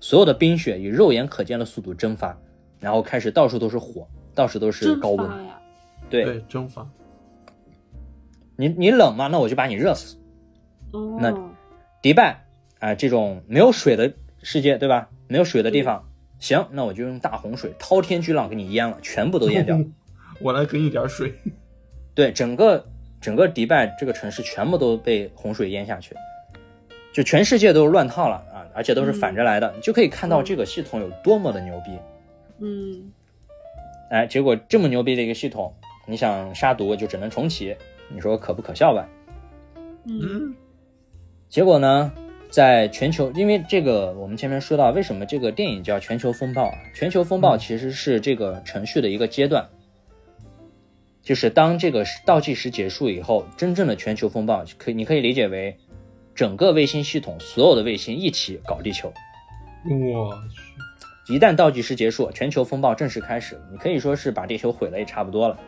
所有的冰雪以肉眼可见的速度蒸发，然后开始到处都是火，到处都是
蒸
高
发
温。
呀，
对
对，蒸发。
你，你冷吗？那我就把你热死。
哦，
那迪拜啊、这种没有水的世界，对吧？没有水的地方，行，那我就用大洪水滔天巨浪给你淹了，全部都淹
[laughs]
掉。
嗯
我来给你点水。
对，整个整个迪拜这个城市全部都被洪水淹下去，就全世界都乱套了啊！而且都是反着来的，你就可以看到这个系统有多么的牛逼。
嗯
哎，结果这么牛逼的一个系统，你想杀毒就只能重启，你说可不可笑吧？
嗯
嗯，
结果呢，在全球，因为这个我们前面说到，为什么这个电影叫《全球风暴》啊？全球风暴其实是这个程序的一个阶段，就是当这个倒计时结束以后，真正的全球风暴可以你可以理解为整个卫星系统所有的卫星一起搞地球。
我去，
一旦倒计时结束，全球风暴正式开始，你可以说是把地球毁了也差不多了。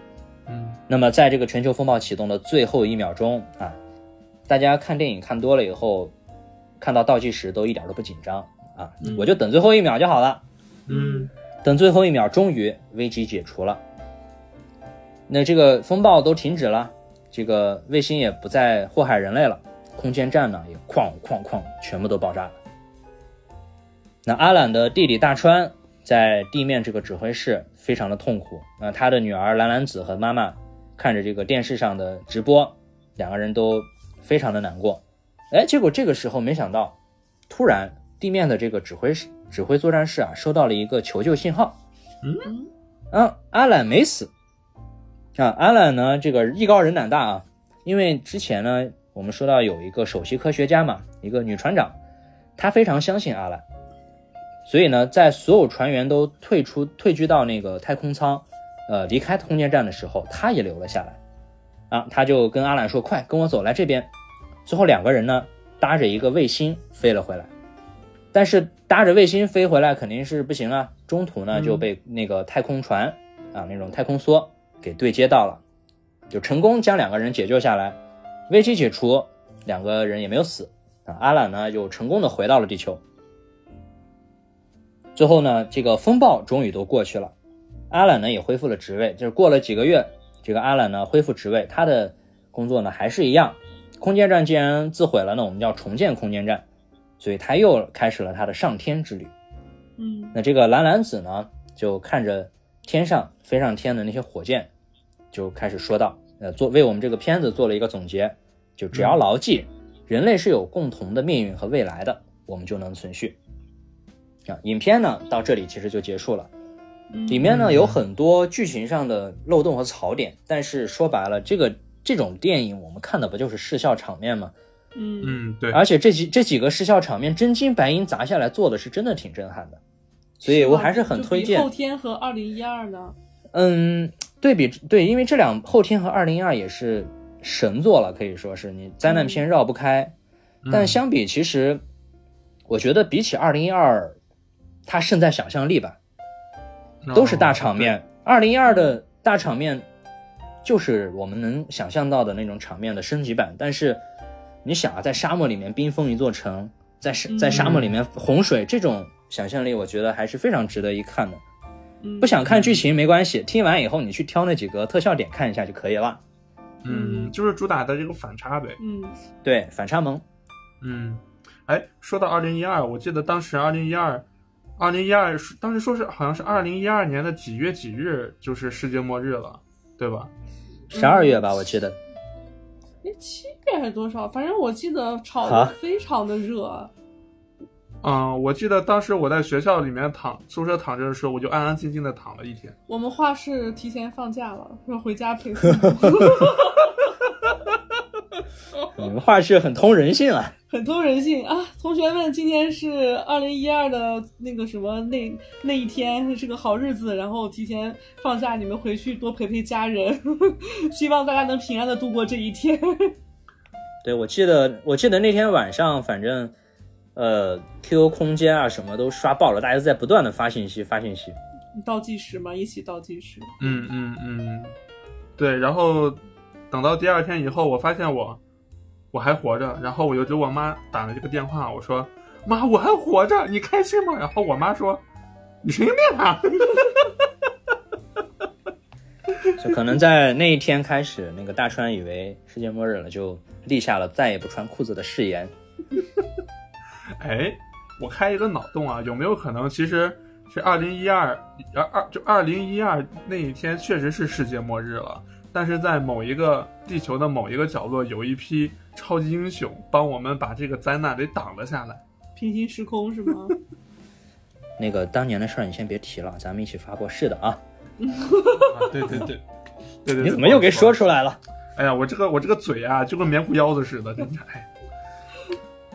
嗯，
那么在这个全球风暴启动的最后一秒钟啊，大家看电影看多了以后，看到倒计时都一点都不紧张啊，
嗯
我就等最后一秒就好了。
嗯，
等最后一秒，终于危机解除了，那这个风暴都停止了，这个卫星也不再祸害人类了，空间站呢也哐哐哐全部都爆炸了。那阿懒的弟弟大川在地面这个指挥室非常的痛苦，那他的女儿兰兰子和妈妈看着这个电视上的直播，两个人都非常的难过。哎，结果这个时候没想到，突然地面的这个指挥室指挥作战室啊，收到了一个求救信号。
嗯
啊，阿懒没死。啊，阿懒呢，这个艺高人胆大啊，因为之前呢，我们说到有一个首席科学家嘛，一个女船长，她非常相信阿懒，所以呢，在所有船员都退出退居到那个太空舱，呃，离开空间站的时候，她也留了下来。啊，她就跟阿懒说：“快跟我走，来这边。”最后两个人呢，搭着一个卫星飞了回来。但是搭着卫星飞回来肯定是不行啊，中途呢
嗯
就被那个太空船啊那种太空梭给对接到了，就成功将两个人解救下来，危机解除，两个人也没有死啊。阿懒呢就成功的回到了地球。最后呢，这个风暴终于都过去了，阿懒呢也恢复了职位，就是过了几个月，这个阿懒呢恢复职位，他的工作呢还是一样。空间站既然自毁了，那我们就要重建空间站，所以他又开始了他的上天之旅。
嗯
那这个蓝蓝子呢，就看着天上飞上天的那些火箭，就开始说道：“呃，做为我们这个片子做了一个总结，就只要牢记，人类是有共同的命运和未来的，我们就能存续。”啊，影片呢到这里其实就结束了。
嗯
里面呢有很多剧情上的漏洞和槽点，但是说白了，这个这种电影我们看的不就是视效场面吗？
嗯
嗯，对，
而且这几这几个视效场面真金白银砸下来做的是真的挺震撼的，所以我还是很推
就比
荐
后。天和二零一二呢，
嗯，对比对，因为这两后天和二零一二也是神作了，可以说是你灾难片绕不开。但相比，其实我觉得比起二零一二，它胜在想象力吧，
哦
都是大场面。二零一二的大场面就是我们能想象到的那种场面的升级版，但是你想啊，在沙漠里面冰封一座城，在沙在沙漠里面洪水，这种想象力我觉得还是非常值得一看的。
嗯
不想看剧情没关系，听完以后你去挑那几个特效点看一下就可以了。
对。嗯，就是主打的这个反差呗。
嗯
对，反差萌，
嗯，
哎，说到二零一二，我记得当时二零一二，二零一二当时说是好像是二零一二年的几月几日就是世界末日了，对吧？
十二月吧，我记得。
哎七月还是多少，反正我记得炒
啊
的非常的热，
嗯，我记得当时我在学校里面躺宿舍躺着的时候，我就安安静静的躺了一天。
我们画室提前放假了，说回家陪父母， [laughs]
你们画室很通人性啊。
很通人性啊！同学们，今天是二零一二的那个什么那那一天是个好日子，然后提前放假，你们回去多陪陪家人， [laughs] 希望大家能平安的度过这一天。
对，我记得我记得那天晚上，反正呃，QQ 空间啊什么都刷爆了，大家都在不断的发信息发信息。
倒计时嘛，一起倒计时。
嗯嗯嗯，对。然后等到第二天以后，我发现我我还活着，然后我就给我妈打了这个电话，我说：“妈，我还活着，你开心吗？”然后我妈说：“你神经病啊！”
就可能在那一天开始，那个大川以为世界末日了，就立下了再也不穿裤子的誓言。
哎，我开一个脑洞啊，有没有可能其实 [laughs] 是二零一二二二就二零一二那一天确实是世界末日了，但是在某一个地球的某一个角落，有一批超级英雄帮我们把这个灾难给挡了下来。
平行时空是吗？
那个当年的事儿你先别提了，咱们一起发过誓的啊！
啊、对对对， [laughs] 对对对，
你怎么又给说
出？
出来了？
哎呀，我这个我这个嘴啊，就跟棉裤腰子似的，真的。哎，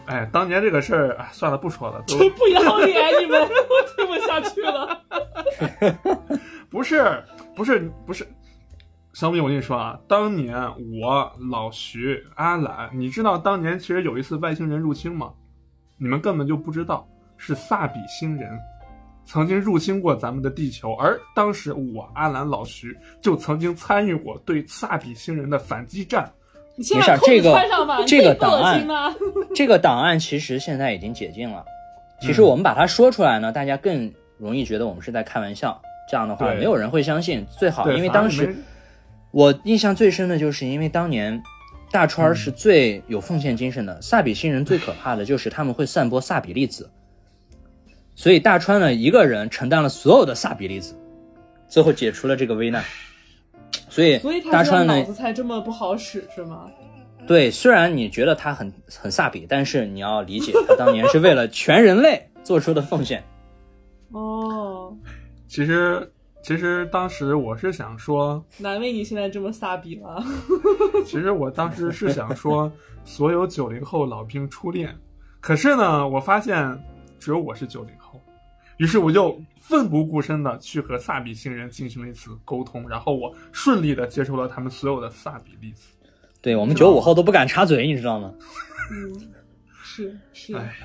哎，当年这个事儿，哎，算了，不说了，都
[laughs] 不要脸，你们，我听不下去
[laughs]
了。
不是，不是，不是。小米，我跟你说啊，当年我老徐阿懒，你知道当年其实有一次外星人入侵吗？你们根本就不知道，是萨比星人曾经入侵过咱们的地球，而当时我阿懒老徐就曾经参与过对萨比星人的反击战。
你先把裤子穿上吧，
没事这个
你自己不恶心吗？
这个档案其实现在已经解禁了。其实我们把它说出来呢，大家更容易觉得我们是在开玩笑。这样的话，
对
没有人会相信。最好，
对，
因为
反而
当
你
时
们
我印象最深的就是，因为当年大川儿是最有奉献精神的。萨比星人最可怕的就是他们会散播萨比粒子，所以大川呢一个人承担了所有的萨比粒子，最后解除了这个危难。所以
所以他
大
现在
川
脑
呢
子，才这么不好使是吗？
对，虽然你觉得他很很萨比，但是你要理解他当年是为了全人类做出的奉献。
哦，
其实其实当时我是想说，
难为你现在这么撒比了。
其实我当时是想
[laughs]
说，所有九零后老兵初恋，可是呢，我发现只有我是九零后，于是我就奋不顾身的去和萨比星人进行了一次沟通，然后我顺利的接收了他们所有的萨比粒子。
对我们九五后都不敢插嘴，你知道吗？
嗯，是是，
哎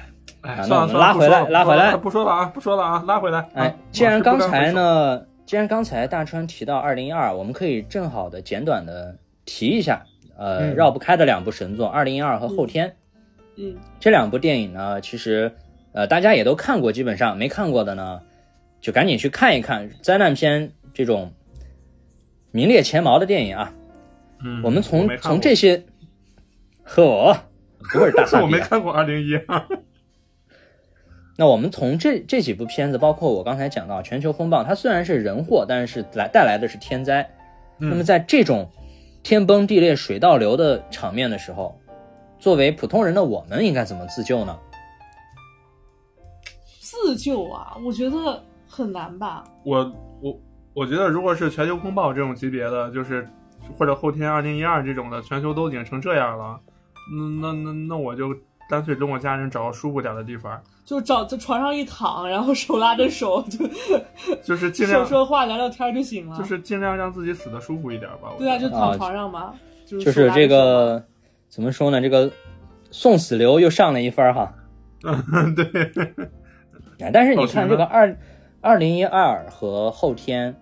哎，
啊
算
那
了算了，
我们
不说了
拉回来
不说了啊，不说了啊，拉回来。
哎
啊，
既然刚才，
往事
呢，既然刚才大川提到二零二，我们可以正好的简短的提一下，呃，
嗯
绕不开的两部神作《二零二》和《后天》
嗯，
这两部电影呢，其实呃大家也都看过，基本上没看过的呢，就赶紧去看一看灾难片这种名列前茅的电影啊。
不说了嗯，
我们从
没看过
从这些，呵，不
[laughs]
会是大
但是
傻
我
逼
没
啊？
看过二零一二。
那我们从这这几部片子，包括我刚才讲到《全球风暴》，它虽然是人祸，但是来带来的是天灾。
嗯
那么在这种天崩地裂、水倒流的场面的时候，作为普通人的我们应该怎么自救呢？
自救啊，我觉得很难吧。
我我我觉得，如果是全球风暴这种级别的，就是或者后天二零一二这种的，全球都已经成这样了，那那那那我就干脆跟我家人找个舒服点的地方，
就找在床上一躺，然后手拉着手，就
就是
[laughs]
尽
说
量
说话、聊聊天就行了。
就是尽量让自己死的舒服一点吧。我
对啊，
觉
就
得
躺床上嘛，就
就是
手
是
拉着
这
手
个怎么说呢？这个送死流又上了一分儿哈。
[laughs] 对，
哎，但是你
哦什
看
么
这个二二零一二和后天，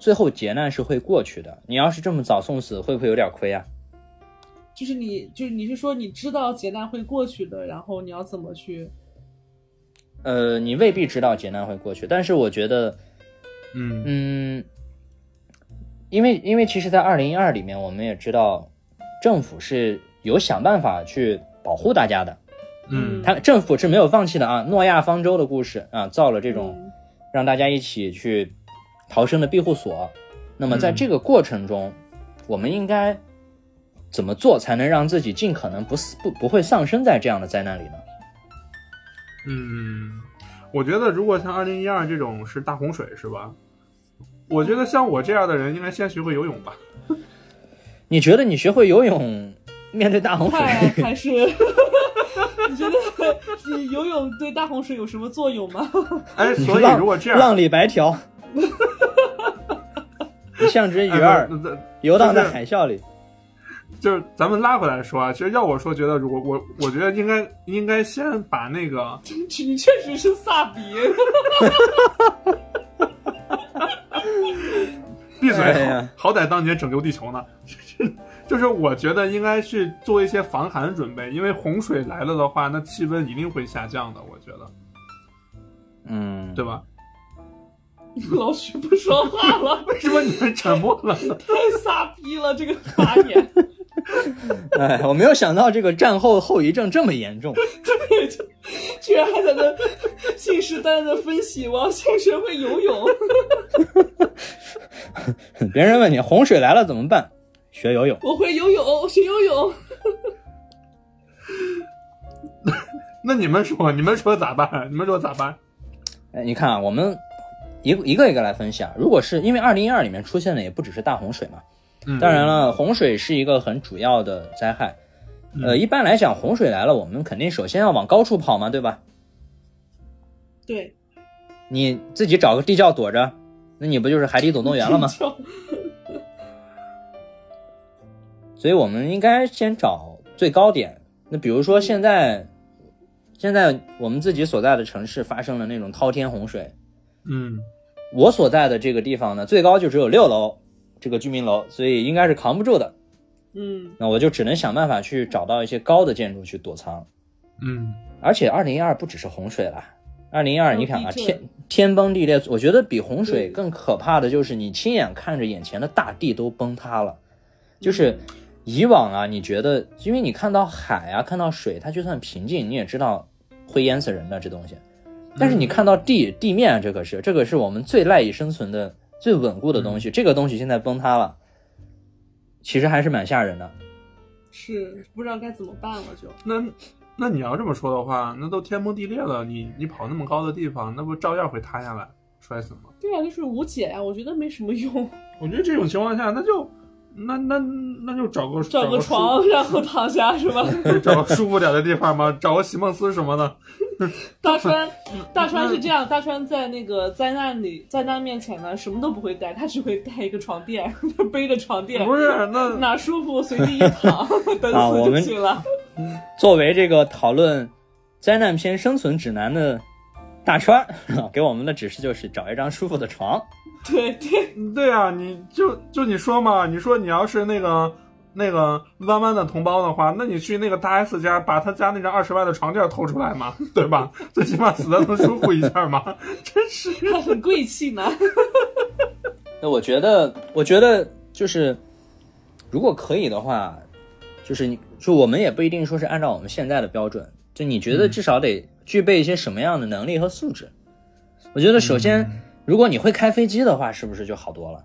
最后劫难是会过去的。你要是这么早送死，会不会有点亏啊？
就是你，就是你是说你知道劫难会过去的，然后你要怎么去？
呃，你未必知道劫难会过去，但是我觉得，
嗯
嗯，因为因为其实，在二零一二里面，我们也知道，政府是有想办法去保护大家的，
嗯
他政府是没有放弃的啊。诺亚方舟的故事啊，造了这
这
种让大家一起去逃生的庇护所。那么在这个过程中，我们应该怎么做才能让自己尽可能不死不不会丧生在这样的灾难里呢？
嗯，我觉得如果像二零一二这种是大洪水是吧？我觉得像我这样的人应该先学会游泳吧。
你觉得你学会游泳，面对大洪水，
快还是 [laughs] 你觉得你游泳对大洪水有什么作用吗？ [laughs]
哎，所以
浪
如果这样，
浪里白
[laughs]
条，你像只鱼
哎
儿
那那
游荡在
就是
海啸里。
就是咱们拉回来说啊，其实要我说，觉得如果我我觉得应该应该先把那个
你确实是萨比，
闭嘴，
哎呀
好好歹当年拯救地球呢， [laughs] 就是我觉得应该去做一些防寒准备，因为洪水来了的话，那气温一定会下降的，我觉得，
嗯，
对吧？
老许不说话了， [laughs]
为什么你们沉默了 [laughs] 呢？
太傻逼了，这个发言，
哎，我没有想到这个战后后遗症这么严重。
对，就居然还在那信誓旦旦的分析，我要先学会游泳。
别人问你洪水来了怎么办，学游泳。
我会游泳，学游泳。
那你们说，你们说咋办？你们说咋办？
哎，你看啊，我们一个一个一个来分析啊。如果是因为二零一二里面出现的也不只是大洪水嘛，
嗯
当然了，洪水是一个很主要的灾害。
嗯
呃，一般来讲，洪水来了，我们肯定首先要往高处跑嘛，对吧？
对，
你自己找个地窖躲着，那你不就是海底总动员了吗？
就
所以我们应该先找最高点。那比如说现在，现在我们自己所在的城市发生了那种滔天洪水，
嗯，
我所在的这个地方呢，最高就只有六楼这个居民楼，所以应该是扛不住的。
嗯，
那我就只能想办法去找到一些高的建筑去躲藏。
嗯
而且二零一二不只是洪水啦，二零一二
有
你看啊，
地震
天天崩地裂，我觉得比洪水
对
更可怕的就是你亲眼看着眼前的大地都崩塌了，
嗯
就是以往啊，你觉得因为你看到海啊，看到水，它就算平静，你也知道会淹死人的这东西，但是
嗯
你看到地地面啊，这可是这可是我们最赖以生存的、最稳固的东
嗯
西，这个东西现在崩塌了，其实还是蛮吓人的。
是不知道该怎么办了就，
那那你要这么说的话，那都天崩地裂了，你你跑那么高的地方，那不照样会塌下来摔死吗？
对啊，就是无解呀、我觉得没什么用，
我觉得这种情况下，那就那那那就找个
找
个
个
舒
床然后躺下是吧？
找个舒服点的地方嘛，找个席梦思什么的。
大川，大川是这样，大川在那个灾难里，灾难面前呢，什么都不会带，他只会带一个床垫， [laughs] 他背着床垫，
不是，那
哪舒服随地一躺， [laughs] 等
啊
死
我
就
们
去了。
作为这个讨论灾难片生存指南的大川，啊 [laughs] 给我们的指示就是找一张舒服的床。
对对，
对啊，你就就你说嘛，你说你要是那个那个弯弯的同胞的话，那你去那个大 S 家，把他家那张二十万的床垫偷出来嘛，对吧？ [laughs] 最起码死的能舒服一下嘛。真是，
他很贵气呢。
那我觉得，我觉得就是，如果可以的话，就是你就我们也不一定说是按照我们现在的标准，就你觉得至少得具备一些什么样的能力和素质？我觉得首先，如果你会开飞机的话，是不是就好多了？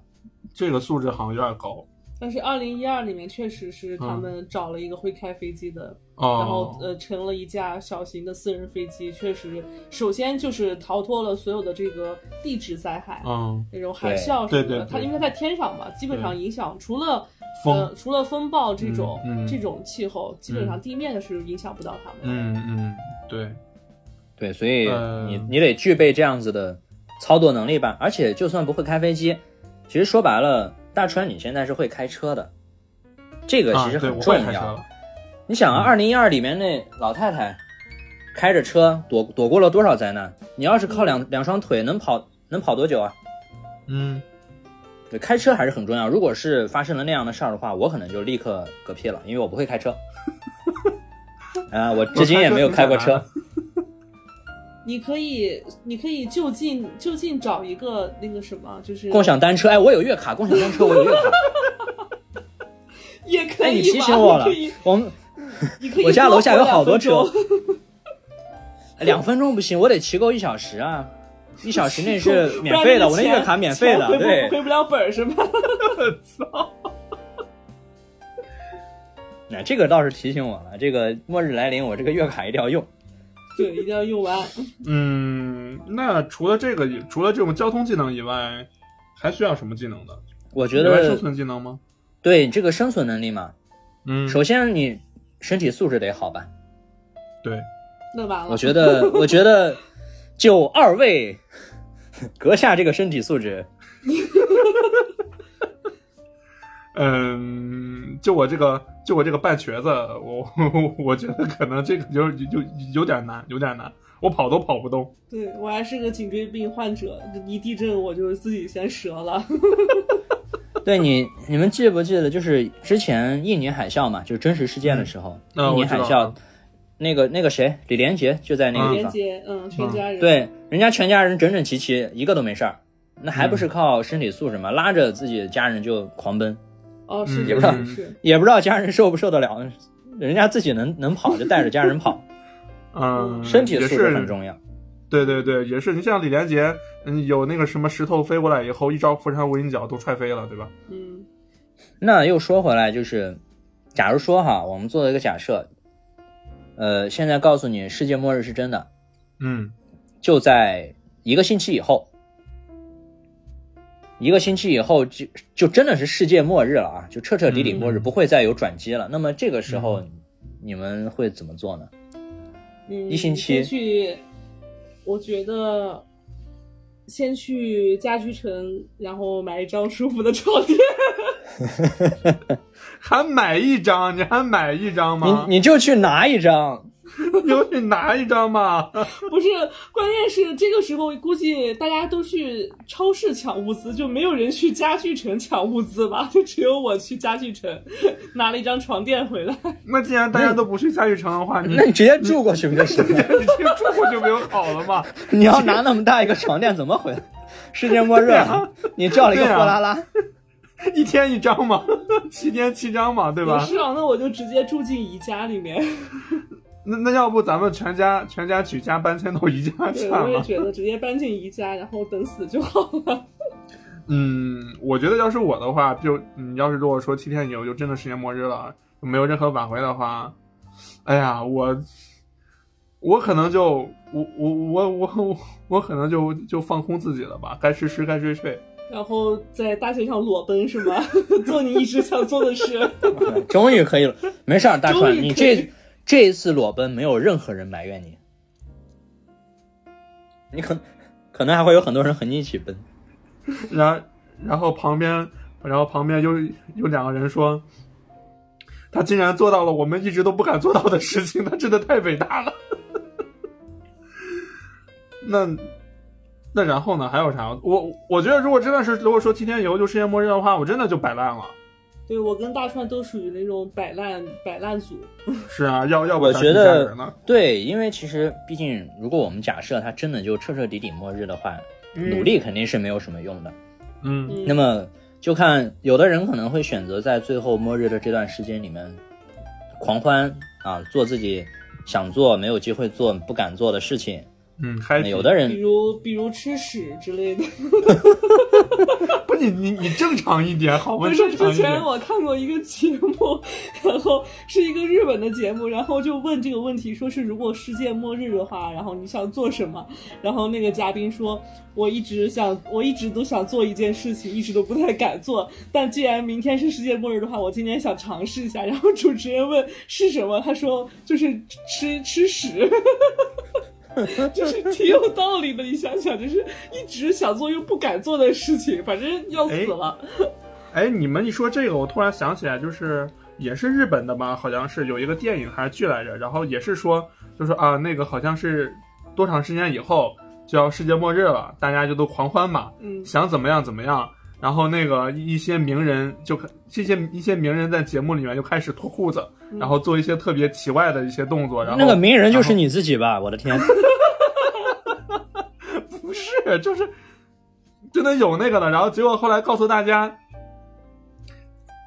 这个素质好像有点高
但是二零一二里面确实是他
嗯
们找了一个会开飞机的，然后
哦。
呃乘了一架小型的私人飞机，确实首先就是逃脱了所有的这个地质灾害，
哦
嗯，
那种海啸什
对
么
对对
的，它
对
因为它在天上嘛，基本上影响除了
风
呃除了风暴这种
嗯嗯
这种气候，基本上地面是影响不到它们的。
嗯嗯，对，
对，所以
嗯
你你得具备这样子的操作能力吧。而且就算不会开飞机，其实说白了，大川你现在是会开车的，这个
啊，
其实
对，我
很
会
重
开车嗯
要。
了。
你想啊，二零一二里面那老太太开着车躲躲过了多少灾难？你要是靠两两双腿能跑能跑多久啊？
嗯
对，开车还是很重要。如果是发生了那样的事儿的话，我可能就立刻嗝屁了，因为我不会开
[laughs]
车。啊，我至今也没有开过
我
车
开。
你可以你可以就近就近找一个那个什么，就是
共享单车，哎，我有月卡，共享单车我有月卡。 [laughs]
也可
哎，你
以吧，
提醒我了
你可以，
我们
你 [laughs] 可以
我家楼下有
多活
好多
两
车
分钟，
[laughs] 两分钟不行，我得骑够一小时啊！一小时那是免
[laughs] 不然
费的，
你
我那月
钱
卡免费的
钱，回不
对。
回不了本儿是吧？
那这个倒是提醒我了，这个末日来临，我这个月卡一定要用。
对，一定要用完。
嗯，那除了这个以，除了这种交通技能以外，还需要什么技能的？
我觉
有生
得
存技能吗？
对这个生存能力嘛，
嗯，
首先你身体素质得好吧。
对，
那完了，
我觉得，我觉得就二位 [laughs] 阁下这个身体素质，
嗯，就我这个，就我这个半瘸子，我 [laughs] 我觉得可能这个就就有点难，有点难，我跑都跑不动。
对我还是个颈椎病患者，一地震我就自己先折了。
对你你们记不记得，就是之前印尼海啸嘛，就是真实事件的时候，
嗯
印尼
我知
海
道
啸，那个那个谁，李连杰就在那个地
连
方，
接，嗯，全家人，
对，人家全家人整整齐齐，一个都没事儿。那还不
嗯
是靠身体素质嘛，拉着自己的家人就狂奔，
哦，是
嗯
也不知
是
道
是，
也不知道家人受不受得了，人家自己能能跑就带着家人跑，
嗯，
身体
也
素质
是
很重要。
对对对，也是。你像李连杰，嗯，有那个什么石头飞过来以后，一招佛山无影脚都踹飞了，对吧？
嗯
那又说回来，就是假如说哈，我们做一个假设，呃，现在告诉你世界末日是真的，
嗯
就在一个星期以后，一个星期以后就就真的是世界末日了啊，就彻彻底底末日，
嗯
不会再有转机了。那么这个时候你们会怎么做呢？
嗯，
一星期
先去，我觉得先去家居城，然后买一张舒服的床垫。
还买一张？你还买一张吗？
你你就去拿一张，
你 [laughs] 有你拿一张吗？
[laughs] 不是，关键是这个时候估计大家都去超市抢物资，就没有人去家具城抢物资吧？就只有我去家具城拿了一张床垫回来。
那既然大家都不去嘉峪城的话，你 [laughs]
那你直接住过去不就行了？
你这个住过就没有好了嘛？
你要拿那么大一个床垫怎么回来？世界末日了，啊你叫了一个货拉拉，
一天一张嘛， [laughs] 七天七张嘛，对
有 [laughs]
吧？
市场，啊那我就直接住进宜家里面。
那那要不咱们全家全家举家搬迁到宜家去
对，
了
我也
吗？
觉得直接搬进宜家，然后等死就好了。
嗯，我觉得要是我的话，就你要是如果说七天以后就真的世界末日了，没有任何挽回的话，哎呀，我我可能就我我我我我我可能就就放空自己了吧，该吃吃，该睡睡。
然后在大街上裸奔是吗？ [laughs] 做你一直想做的事。 [laughs]
[laughs] 终于可以了。没事儿，大
终
川，
于可以
你这这一次裸奔没有任何人埋怨你，你可可能还会有很多人和你一起奔。
然然后旁边，然后旁边有有两个人说，他竟然做到了我们一直都不敢做到的事情，他真的太伟大了。 [laughs] 那那然后呢？还有啥？我我觉得如果真的是如果说七天以后就世界末日的话，我真的就摆烂了。
对我跟大川都属于那种摆烂摆烂组。
是啊，要要不
我
咱
觉
去吓
得
人呢？
对，因为其实毕竟，如果我们假设它真的就彻彻底底末日的话，努力肯定是没有什么用的。
嗯
嗯，
那么就看有的人可能会选择在最后末日的这段时间里面狂欢啊，做自己想做没有机会做、不敢做的事情。
嗯，还
那有的
比
人
如比如吃屎之类的。
不你你你正常一点好吗？
不
正
是
常
之
一点
前。我看过一个节目， [laughs] 然后是一个日本的节目，然后就问这个问题，说是如果世界末日的话，然后你想做什么？然后那个嘉宾说，我一直想，我一直都想做一件事情，一直都不太敢做，但既然明天是世界末日的话，我今天想尝试一下。然后主持人问是什么，他说就是吃吃屎。 [laughs] 就是挺有道理的，你想想，就是一直想做又不敢做的事情，反正要死
哎
了。
哎，你们一说这个，我突然想起来，就是也是日本的吧，好像是有一个电影还是剧来着，然后也是说，就说啊，那个好像是多长时间以后就要世界末日了，大家就都狂欢嘛，
嗯，
想怎么样怎么样。然后那个一些名人就开这些一些名人在节目里面就开始脱裤子，然后做一些特别奇怪的一些动作，然后
那个名人就是你自己吧？我的天，
不是，就是真的有那个了。然后结果后来告诉大家，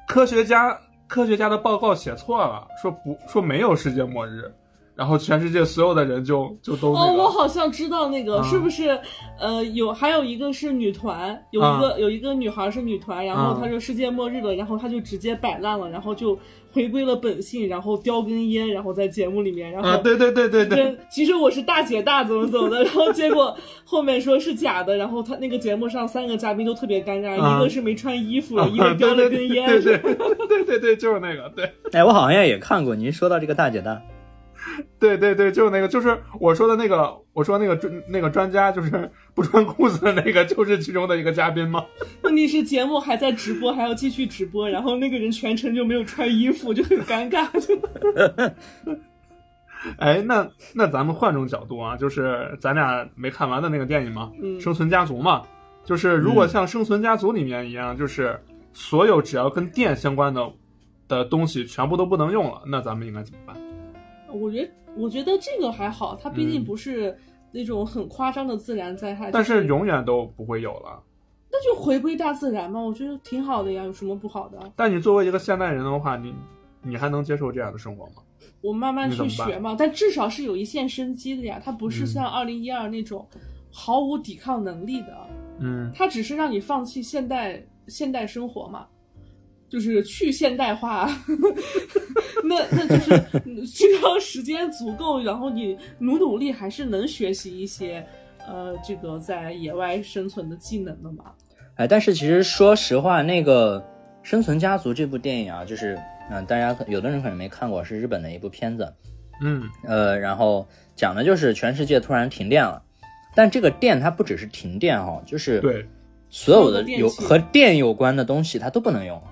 科学家科学家的报告写错了，说不说没有世界末日，然后全世界所有的人就就都
哦，
那个
我好像知道那个、
啊
是不是？呃，有还有一个是女团，有一个、有一个女孩是女团，然后
啊
她说世界末日了，然后她就直接摆烂了，然后就回归了本性，然后叼根烟，然后在节目里面，然后、
啊，对对对对对，
对，其实我是大姐大，怎么怎么的，然
[laughs]
后结果后面说是假的，然后他那个节目上三个嘉宾都特别尴尬，
啊
一个是没穿衣服，
啊
一个叼了
对对
根烟，
对对对对对对，就是那个，对
哎，我好像也看过。您说到这个大姐大，
对对对，就是那个，就是我说的那个，我说那个专那个专家就是不穿裤子的那个，就是其中的一个嘉宾吗？
[laughs] 问题是节目还在直播，还要继续直播，然后那个人全程就没有穿衣服，就很尴尬，就
哎，那那咱们换种角度啊，就是咱俩没看完的那个电影嘛，
嗯
生存家族》嘛，就是如果
嗯
像《生存家族》里面一样，就是所有只要跟电相关的的东西全部都不能用了，那咱们应该怎么办？
我觉得，我觉得这个还好，它毕竟
嗯
不是那种很夸张的自然灾害。
但
就是
永远都不会有了。
那就回归大自然嘛，我觉得挺好的呀，有什么不好的？
但你作为一个现代人的话，你你还能接受这样的生活吗？
我慢慢
你怎
去
么办嗯
学嘛，但至少是有一线生机的呀，它不是像二零一二那种毫无抵抗能力的，啊
嗯
它只是让你放弃现代现代生活嘛，就是去现代化， [laughs] 那那就是只要时间足够，然后你努努力还是能学习一些呃这个在野外生存的技能的嘛。
哎，但是其实说实话，那个《生存家族》这部电影啊，就是嗯、大家可有的人可能没看过，是日本的一部片子，
嗯
呃，然后讲的就是全世界突然停电了，但这个电它不只是停电哈、就是
对，
所有的
所有的电
有
器
和电有关的东西它都不能用了。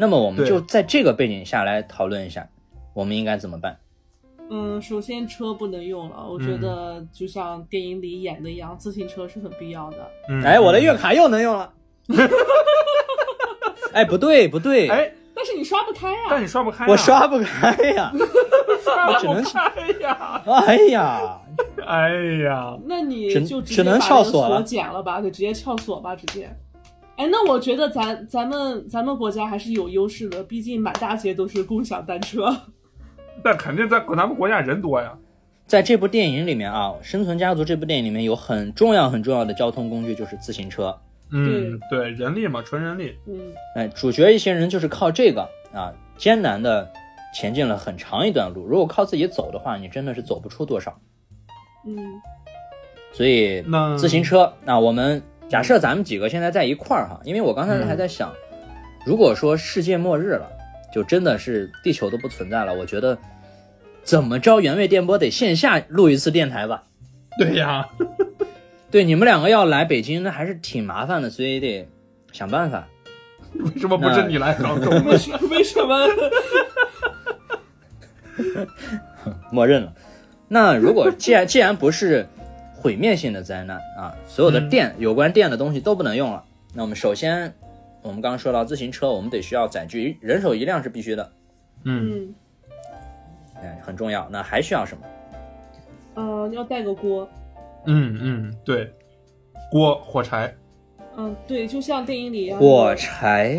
那么我们
对
就在这个背景下来讨论一下，我们应该怎么办？
嗯，首先车不能用了，我觉得就像电影里演的一样，自行车是很必要的。
嗯，
哎，我的月卡又能用了。 [laughs] 哎，不对不对，
哎，
但是你刷不开呀、
但你刷不开、啊，
我刷不开
[laughs]
呀！
我
只能
哎呀，
哎呀，
哎呀，
那你
只
就直
只
接把
能
那
撬
个
锁了
锁剪了吧，对，直接撬锁吧，直接。哎，那我觉得咱咱们咱们国家还是有优势的，毕竟满大街都是共享单车。
但肯定在咱们国家人多呀。
在这部电影里面啊，《生存家族》这部电影里面有很重要很重要的交通工具就是自行车。
嗯，对，人力嘛，纯人力。
嗯，
哎，主角一行人就是靠这个啊，艰难的前进了很长一段路。如果靠自己走的话，你真的是走不出多少。
[laughs] 嗯，
所以
那
自行车，那我们假设咱们几个现在在一块儿哈，因为我刚才还在想，
嗯
如果说世界末日了，就真的是地球都不存在了，我觉得怎么着，原味电波得线下录一次电台吧。
对呀，
对，你们两个要来北京，那还是挺麻烦的，所以得想办法。
为什么不是你来
[laughs]
杭州？
为什为什 [laughs] 么？
默认了。那如果既然 [laughs] 既然不是毁灭性的灾难啊，所有的电、有关电的东西都不能用了，那我们首先，我们刚刚说到自行车，我们得需要载具，人手一辆是必须的，
嗯
嗯，
嗯，很重要。那还需要什么？
呃，要带个锅。
嗯嗯，
对，锅火柴，
嗯，对，就像电影里一样，
火柴。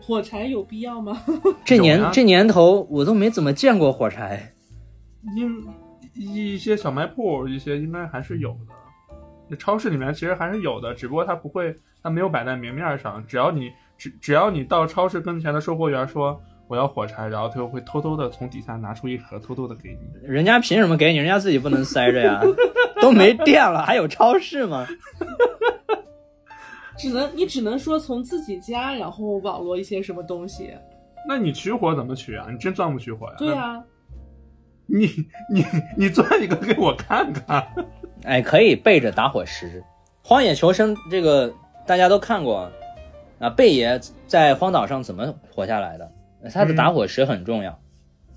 火柴有必要吗？ [laughs]
这年、
有呀
这年头，我都没怎么见过火柴。
应一一些小卖铺，一些应该还是有的。就超市里面其实还是有的，只不过它不会，它没有摆在明面上。只要你只只要你到超市跟前的售货员说我要火柴，然后他就会偷偷的从底下拿出一盒，偷偷的给你。
人家凭什么给你？人家自己不能塞着 [laughs] 呀，都没电了，还有超市吗？
只能你只能说从自己家，然后网罗一些什么东西。
那你取火怎么取啊？你真钻不取火呀？
对啊
那
呀、
你你你钻一个给我看看。
哎，可以背着打火石，《荒野求生》这个大家都看过啊。贝爷在荒岛上怎么活下来的？他的打火石很重要。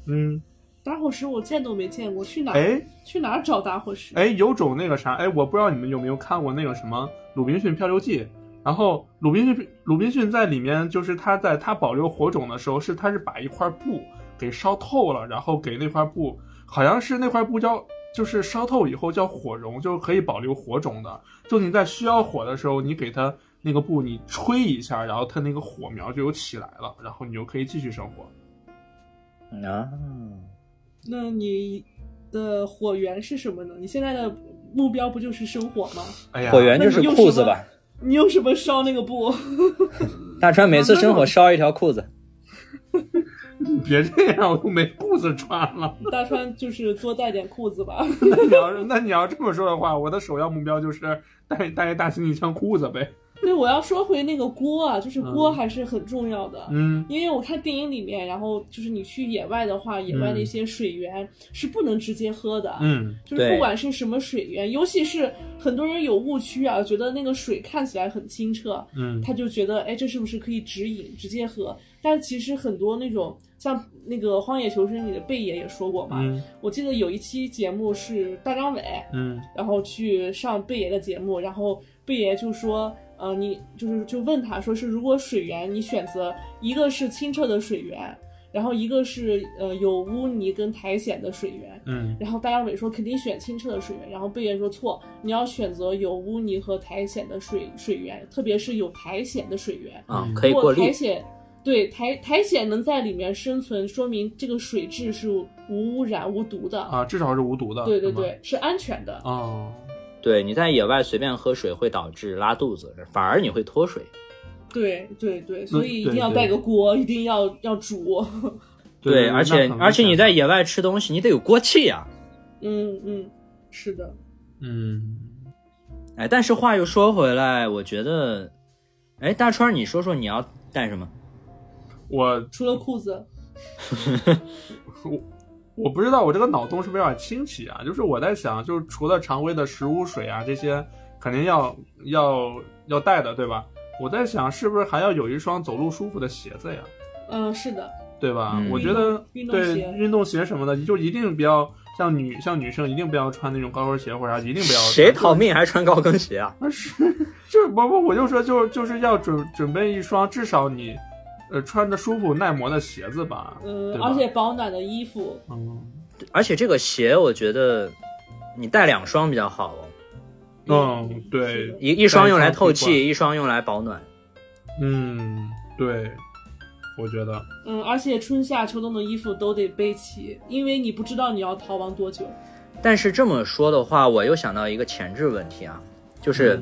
嗯，
打火石我见都没见过，去哪儿
哎
去哪儿找打火石？
哎，有种那个啥，哎，我不知道你们有没有看过那个什么《鲁滨逊漂流记》。然后鲁滨逊鲁滨逊在里面，就是他在他保留火种的时候，是他是把一块布给烧透了，然后给那块布，好像是那块布叫就是烧透以后叫火绒，就是可以保留火种的。就你在需要火的时候，你给它那个布你吹一下，然后它那个火苗就有起来了，然后你就可以继续生活。嗯
啊，
那你的火源是什么呢？你现在的目标不就是生火吗？
哎呀，
火源就是裤子吧？
你用什么烧那个布？ [laughs]
大川每次生火烧一条裤子。
你别这样，我都没裤子穿了。
大川就是多带点裤子吧。 [laughs]
那你要是那你要这么说的话，我的首要目标就是带带一大行李箱裤子呗。
对，我要说回那个锅啊，就是锅还是很重要的。
嗯
因为我看电影里面，然后就是你去野外的话，野外的一些水源是不能直接喝的，
嗯，
就是
对
不管是什么水源，尤其是很多人有误区啊，觉得那个水看起来很清澈，
嗯
他就觉得，哎，这是不是可以直饮直接喝？但其实很多那种像那个《荒野求生》里的贝爷也说过嘛，
嗯
我记得有一期节目是大张伟，
嗯
然后去上贝爷的节目，然后贝爷就说，呃，你就是就问他说是如果水源你选择一个是清澈的水源，然后一个是呃有污泥跟苔藓的水源。
嗯
然后大张伟说肯定选清澈的水源，然后贝爷说错，你要选择有污泥和苔藓的水水源，特别是有苔藓的水源。
啊、
嗯
可以
如
过
果
滤
苔。藓，对苔苔藓能在里面生存，说明这个水质是无污染、无毒的。
啊，至少是无毒的。
对对
是吗。
对，是安全的。
哦，
对，你在野外随便喝水会导致拉肚子，反而你会脱水。
对对对，所以一定
嗯对
要
对
盖个锅，一定要要煮。 [laughs]
对，而
那
且
很危
而且你
险
在野外吃东西，你得有锅气啊呀、
嗯嗯，是的，
嗯，
哎，但是话又说回来，我觉得，哎，大川，你说说你要带什么？
我
除了裤子，
我不知道我这个脑洞是不是有点清奇啊？就是我在想，就是除了常规的食物、水啊这些，肯定要要要带的，对吧？我在想，是不是还要有一双走路舒服的鞋子呀？
嗯，是的，
对吧？
嗯
我觉得
运动运动
对
鞋
运动鞋什么的，就一定不要像女像女生一定不要穿那种高跟鞋或者啥，一定不要。
谁逃命还穿高跟鞋啊？
那是就是不不，我就说就就是要准准备一双至少你呃穿着舒服耐磨的鞋子吧。
嗯
对，吧
而且保暖的衣服，
嗯
而且这个鞋，我觉得你带两双比较好哦，
嗯，
是
对
的，
一一双用来透
带一双可以
气，一双用来保暖。
嗯，对，我觉得，
嗯，而且春夏秋冬的衣服都得备齐，因为你不知道你要逃亡多久。
但是这么说的话，我又想到一个前置问题啊，就是，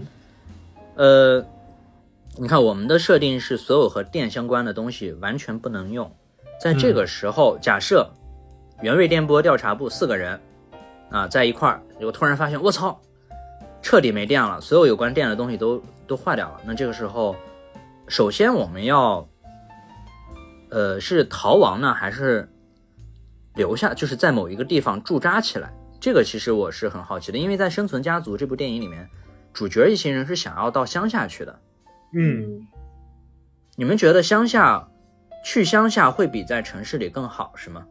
呃，你看我们的设定是所有和电相关的东西完全不能用，在这个时候，假设原味电波调查部四个人啊在一块儿，结果突然发现我操，彻底没电了，所有有关电的东西都都坏掉了。那这个时候，首先我们要，呃，是逃亡呢，还是留下，就是在某一个地方驻扎起来？这个其实我是很好奇的，因为在《生存家族》这部电影里面，主角一行人是想要到乡下去的。
嗯，，
你们觉得乡下去乡下会比在城市里更好是吗？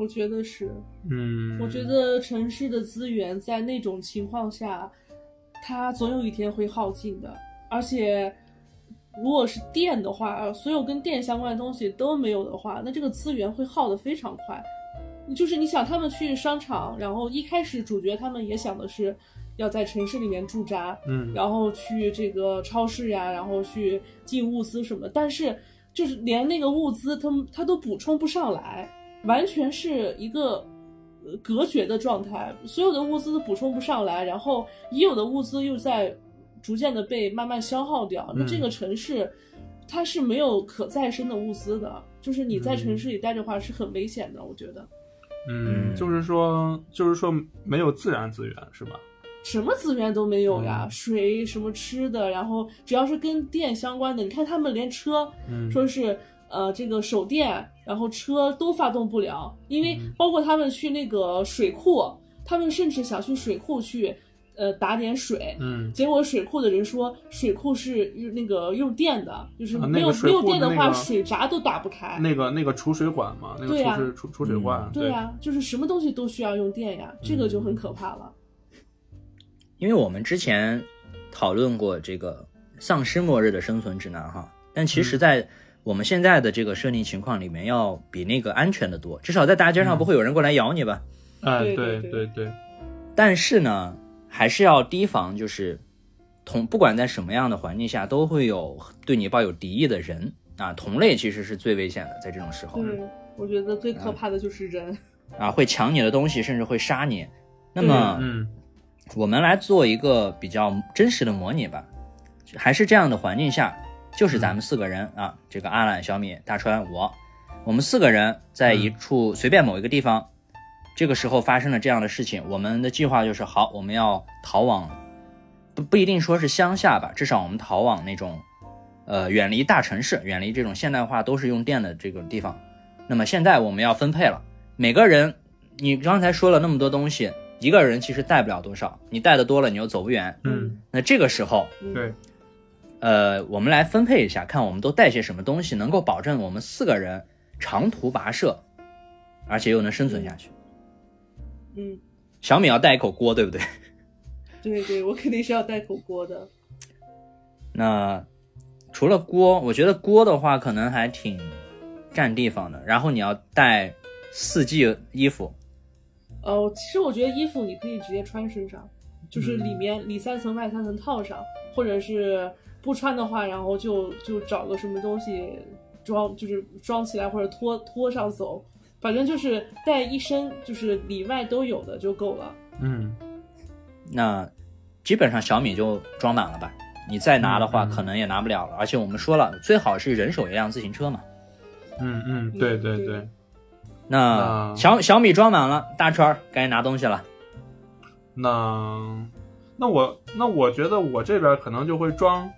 我觉得是，
嗯，
我觉得城市的资源在那种情况下，它总有一天会耗尽的。而且，如果是电的话，所有跟电相关的东西都没有的话，那这个资源会耗得非常快。就是你想他们去商场，然后一开始主角他们也想的是要在城市里面驻扎，
嗯，
然后去这个超市呀、然后去进物资什么，但是就是连那个物资他们他都补充不上来，完全是一个呃隔绝的状态，所有的物资都补充不上来，然后已有的物资又在逐渐的被慢慢消耗掉，那
嗯
这个城市它是没有可再生的物资的，就是你在城市里待着的话是很危险的，我觉得。
嗯，就是说，就是说没有自然资源是吧？
什么资源都没有呀，
嗯
水什么吃的，然后只要是跟电相关的，你看他们连车，
嗯，
说是呃这个手电，然后车都发动不了，因为
嗯
包括他们去那个水库，他们甚至想去水库去呃打点水。
嗯，
结果水库的人说，水库是用那个用电的，就是
啊
没有、
那个水
没
库
有电的
的那
话，
个
水闸都打不开。
那个那个储水管嘛，那个
对
储
呀
水储储水
嗯
罐，
对啊呀、就是什么东西都需要用电呀，这个就
嗯
很可怕了。
因为我们之前讨论过这个丧尸末日的生存指南哈，但其实，在我们现在的这个设定情况里面，要比那个安全的多，至少在大街上不会有人过来咬你吧。
哎，
对
对
对
对对，
但是呢，还是要提防，就是同不管在什么样的环境下，都会有对你抱有敌意的人啊。同类其实是最危险的，在这种时候
对，我觉得最可
嗯
怕的就是人。
啊，会抢你的东西，甚至会杀你。那么，
嗯
我们来做一个比较真实的模拟吧，还是这样的环境下，就是咱们四个人啊，这个阿懒、小米、大川、我，我们四个人在一处随便某一个地方，这个时候发生了这样的事情，我们的计划就是好，我们要逃往，不不一定说是乡下吧，至少我们逃往那种，呃，远离大城市，远离这种现代化都是用电的这种地方。那么现在我们要分配了，每个人，你刚才说了那么多东西，一个人其实带不了多少，你带的多了，你又走不远。
嗯，
那这个时候，
嗯
对，
呃，我们来分配一下，看我们都带些什么东西，能够保证我们四个人长途跋涉，而且又能生存下去。
[laughs] 嗯，
小米要带一口锅，对不对？ [laughs]
对对，我肯定是要带口锅的。
那除了锅，我觉得锅的话可能还挺占地方的。然后你要带四季衣服，
哦，其实我觉得衣服你可以直接穿身上，就是
嗯
里面里三层外三层套上，或者是不穿的话，然后就就找个什么东西装，就是装起来或者拖拖上走，反正就是带一身就是里外都有的就够了。 [laughs]
嗯
那基本上小米就装满了吧。你再拿的话，
嗯嗯
可能也拿不了了。而且我们说了，最好是人手一辆自行车嘛。
嗯嗯，对对对，
那
啊
小小米装满了，大川儿该拿东西了。
那那我那我觉得我这边可能就会装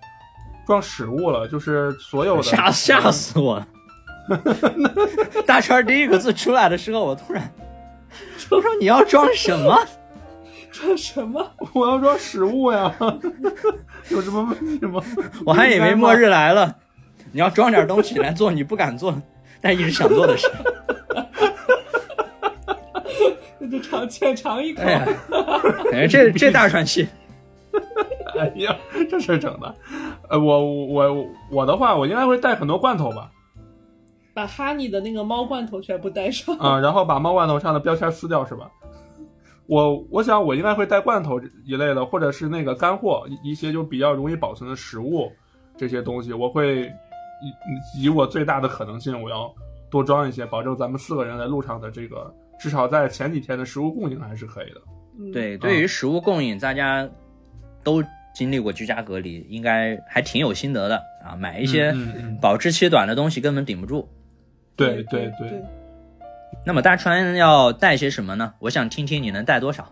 装食物了，就是所有的
吓吓死我了！大川儿第一个字出来的时候，我突然，我说你要装什么？
穿什么？
我要装食物呀， [laughs] 有什么问题吗？ [laughs]
我还以为末日来了，你要装点东西来做你不敢做，但一直想做的事。
那就尝浅尝一口。
哎呀，感觉这这大喘气，
哎呀，这事儿整的，呃，我我我的话，我应该会带很多罐头吧，
把哈尼的那个猫罐头全部
[laughs]
带上。
啊、然后把猫罐头上的标签撕掉是吧？我我想我应该会带罐头一类的，或者是那个干货一一些就比较容易保存的食物这些东西，我会以以我最大的可能性，我要多装一些，保证咱们四个人在路上的这个至少在前几天的食物供应还是可以的。
嗯，
对，对于食物供应，大家都经历过居家隔离，应该还挺有心得的啊。买一些
嗯嗯嗯
保质期短的东西根本顶不住。嗯
对
对
对，
那么大川要带些什么呢？我想听听你能带多少